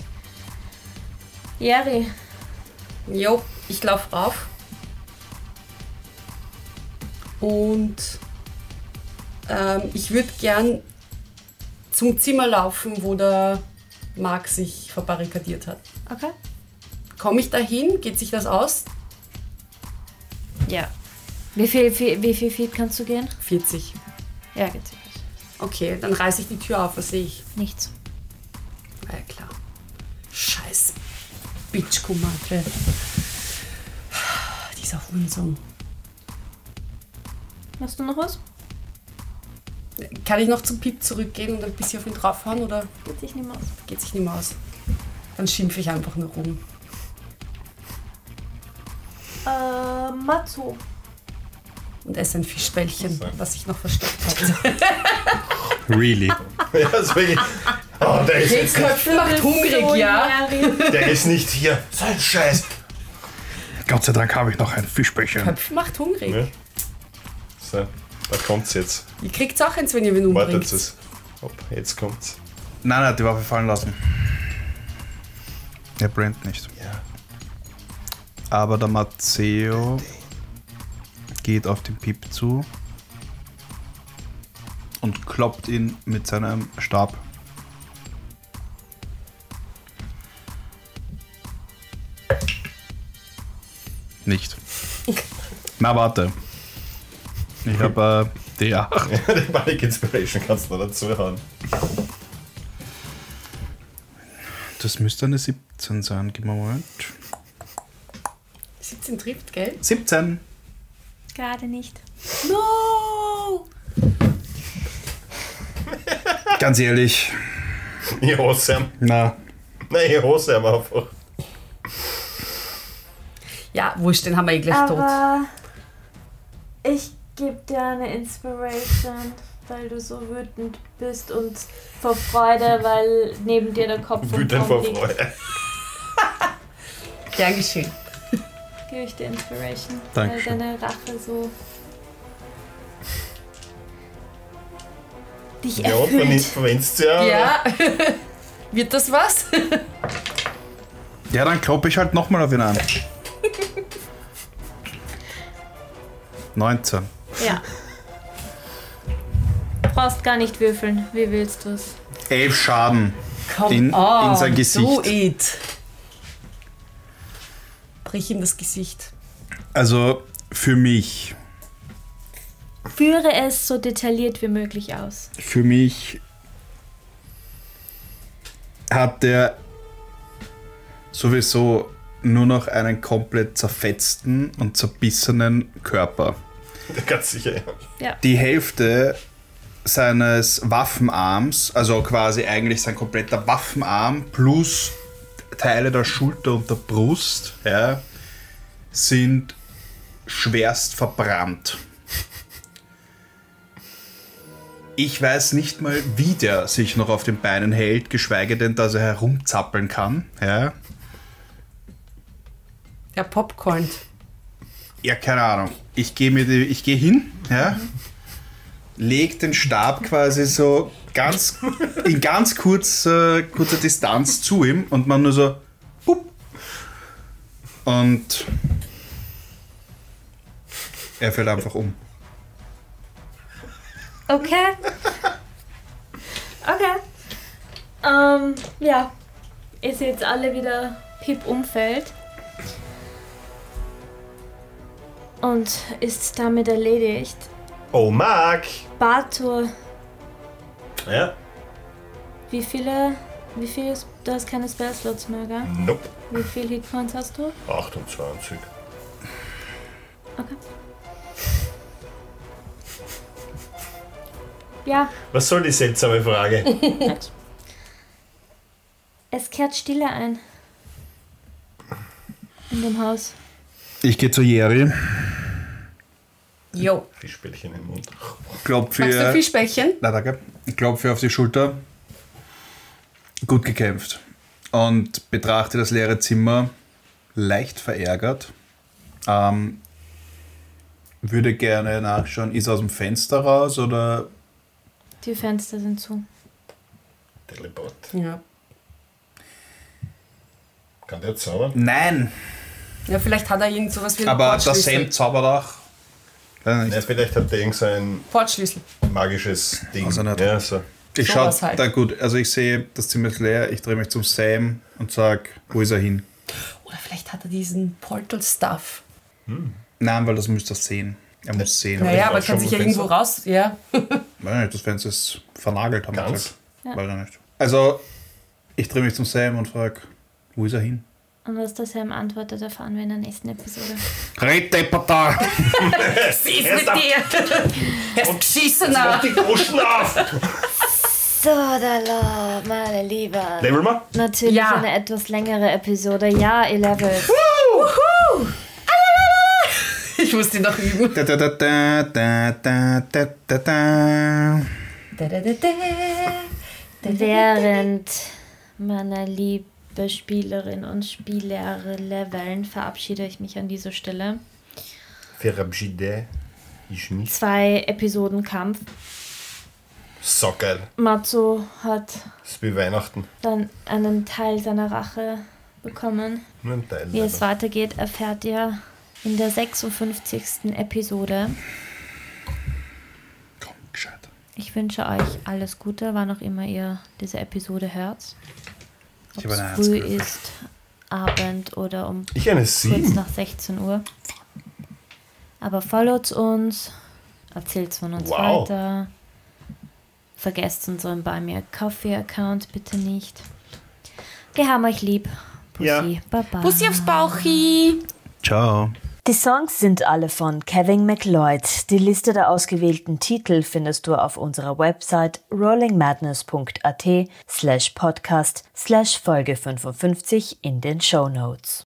S1: Jerry,
S2: Jo, ich laufe rauf. Und ähm, ich würde gern zum Zimmer laufen, wo der Mark sich verbarrikadiert hat.
S1: okay?
S2: Komme ich dahin? Geht sich das aus?
S1: Ja. Wie viel, viel, wie viel Feet kannst du gehen?
S2: 40.
S1: Ja, geht's.
S2: Okay, dann reiße ich die Tür auf, was sehe ich?
S1: Nichts.
S2: Na ja, klar. Scheiß Bitchkumate. Dieser Hurensohn.
S1: Machst du noch was?
S2: Kann ich noch zum Piep zurückgehen und ein bisschen auf ihn draufhauen oder
S1: Geht sich nicht mehr aus.
S2: geht sich nicht mehr aus? Dann schimpfe ich einfach nur rum.
S1: Äh, Matsu.
S2: und esse ein Fischbällchen, was ich noch versteckt hatte.
S4: Really?
S6: Ja, das will ich. Oh, der ist, jetzt nicht,
S2: Köpfe macht hungrig, ja?
S6: der ist nicht hier. So ein Scheiß.
S4: Gott sei Dank habe ich noch ein Fischbällchen.
S2: Köpfe macht hungrig.
S6: Ja. So, da kommt's jetzt.
S2: Ihr kriegt auch eins, wenn ihr wen umbringt.
S6: Wartet es. Hopp, jetzt kommt's.
S4: Nein, nein, die Waffe fallen lassen. Er brennt nicht.
S6: Ja.
S4: Aber der Matteo geht auf den Piep zu und kloppt ihn mit seinem Stab. Nicht. Na, warte. Ich habe äh, D8.
S6: Die Panic Inspiration kannst du noch dazu hauen.
S4: Das müsste eine 17 sein. Gib mir mal.
S2: 17 trifft, gell?
S4: 17!
S1: Gerade nicht.
S2: No!
S4: Ganz ehrlich.
S6: Ich hose ihm.
S4: Na,
S6: Nein, ich hose ihm einfach.
S2: Ja, wurscht, den haben wir eh gleich tot.
S1: Aber ich gebe dir eine Inspiration, weil du so wütend bist und vor Freude, weil neben dir der Kopf vom
S6: Wütend
S1: Tom
S6: vor
S1: liegt.
S6: Freude.
S2: Gern geschehen.
S1: Gebe ich dir Inspiration,
S4: Dankeschön.
S1: weil deine Rache so dich
S6: Ja, und man
S1: erfüllt.
S6: verwendest ja.
S2: Ja. Wird das was?
S4: ja, dann kloppe ich halt nochmal auf ihn ein. 19.
S1: Ja. Brauchst gar nicht würfeln. Wie willst du es?
S4: 11 Schaden.
S2: Komm
S4: In- in sein Gesicht.
S2: Do it. Brich ihm das Gesicht.
S4: Also für mich,
S1: Führe es so detailliert wie möglich aus.
S4: für mich hat der sowieso nur noch einen komplett zerfetzten und zerbissenen Körper.
S6: Ganz sicher, ja.
S4: die Hälfte seines Waffenarms, also quasi eigentlich sein kompletter Waffenarm plus Teile der Schulter und der Brust, ja, sind schwerst verbrannt. Ich weiß nicht mal, wie der sich noch auf den Beinen hält, geschweige denn, dass er herumzappeln kann. Ja,
S2: Der Popcorn.
S4: Ja, keine Ahnung. Ich gehe mir die, ich gehe hin, ja, leg den Stab quasi so ganz in ganz kurz, äh, kurzer Distanz zu ihm und man nur so pup. und er fällt einfach um.
S1: Okay. Okay. Ähm, ja. Ihr seht alle wieder Pip umfällt. Und ist damit erledigt.
S6: Oh, Mark!
S1: Bartur,
S6: Ja?
S1: wie viele. Wie viel ist. Du hast keine Spellslots mehr, gell?
S6: Nope.
S1: Wie viele Hitpoints hast du?
S6: 28.
S1: Ja.
S6: Was soll die seltsame Frage?
S1: Es kehrt Stille ein. In dem Haus.
S4: Ich gehe zu Jerry.
S2: Jo.
S6: Fischbällchen im Mund.
S4: Klopfe
S2: Magst du
S4: ihr.
S2: Fischbällchen?
S4: Na, danke. Ich klopfe ihr auf die Schulter. Gut gekämpft. Und betrachte das leere Zimmer leicht verärgert. Ähm, würde gerne nachschauen, ist er aus dem Fenster raus oder
S1: Die Fenster sind zu.
S6: Teleport.
S2: Ja.
S6: Kann der zaubern?
S4: Nein,
S2: Ja, vielleicht hat er irgend sowas wie einen
S4: aber das
S2: Portschlüssel.
S4: Sam Zauberach. Äh,
S6: Ja, vielleicht hat der irgend so ein
S2: Portschlüssel.
S6: magisches Ding.
S4: Also nicht.
S6: ja, so.
S4: Ich schaue,
S2: Sowas halt.
S4: da gut, also ich sehe, das Zimmer ist leer, ich drehe mich zum Sam und sage, wo ist er hin?
S2: Oder vielleicht hat er diesen Portal-Stuff.
S4: Nein, weil das müsst ihr sehen. Er muss sehen.
S2: Äh, Naja, aber kann
S6: auch schon
S2: sich
S6: wo
S2: ja irgendwo raus. Ja.
S4: Weiß nicht, das Fenster ist vernagelt, haben wir
S6: Ganz?
S4: gesagt. Weiß ich nicht. Also, ich drehe mich zum Sam und frage, wo ist er hin?
S1: Und was das Sam antwortet, erfahren wir in der nächsten Episode.
S4: Red Deportar!
S2: Was ist mit dir? Er ist geschissener.
S6: Die Groschen auf!
S1: So, da lo, meine Lieben.
S6: Level mal.
S1: Natürlich
S2: Ja.
S1: eine etwas längere Episode. Ja, ihr levelt.
S2: Ich muss den noch üben.
S4: Da, da, da, da, da, da, da, da, da.
S1: Während meine liebe Spielerin und Spieler leveln, verabschiede ich mich an dieser Stelle.
S6: Verabschiede ich mich.
S1: Zwei Episoden Kampf.
S6: So geil.
S1: Matsu hat
S6: Das ist wie Weihnachten.
S1: dann einen Teil seiner Rache bekommen.
S6: Nur ein Teil.
S1: Wie es
S6: leider.
S1: weitergeht, erfährt ihr in der 56. Episode.
S4: Komm, gescheit.
S1: Ich wünsche euch alles Gute, wann auch immer ihr diese Episode hört. Ob
S4: Ich habe
S1: es
S4: eine Herz
S1: früh
S4: geöffnet.
S1: ist, Abend oder um
S6: ich eine
S4: Mhm.
S1: kurz
S6: 7.
S1: nach 16 Uhr. Aber followt uns, erzählt von uns
S6: Wow.
S1: weiter. Vergesst unseren bei mir Coffee-Account bitte nicht. Wir haben euch lieb. Pussy, Baba.
S2: Bussi aufs Bauchi.
S4: Ciao.
S9: Die Songs sind alle von Kevin MacLeod. Die Liste der ausgewählten Titel findest du auf unserer Website rollingmadness.at slash podcast slash Folge 55 in den Show Notes.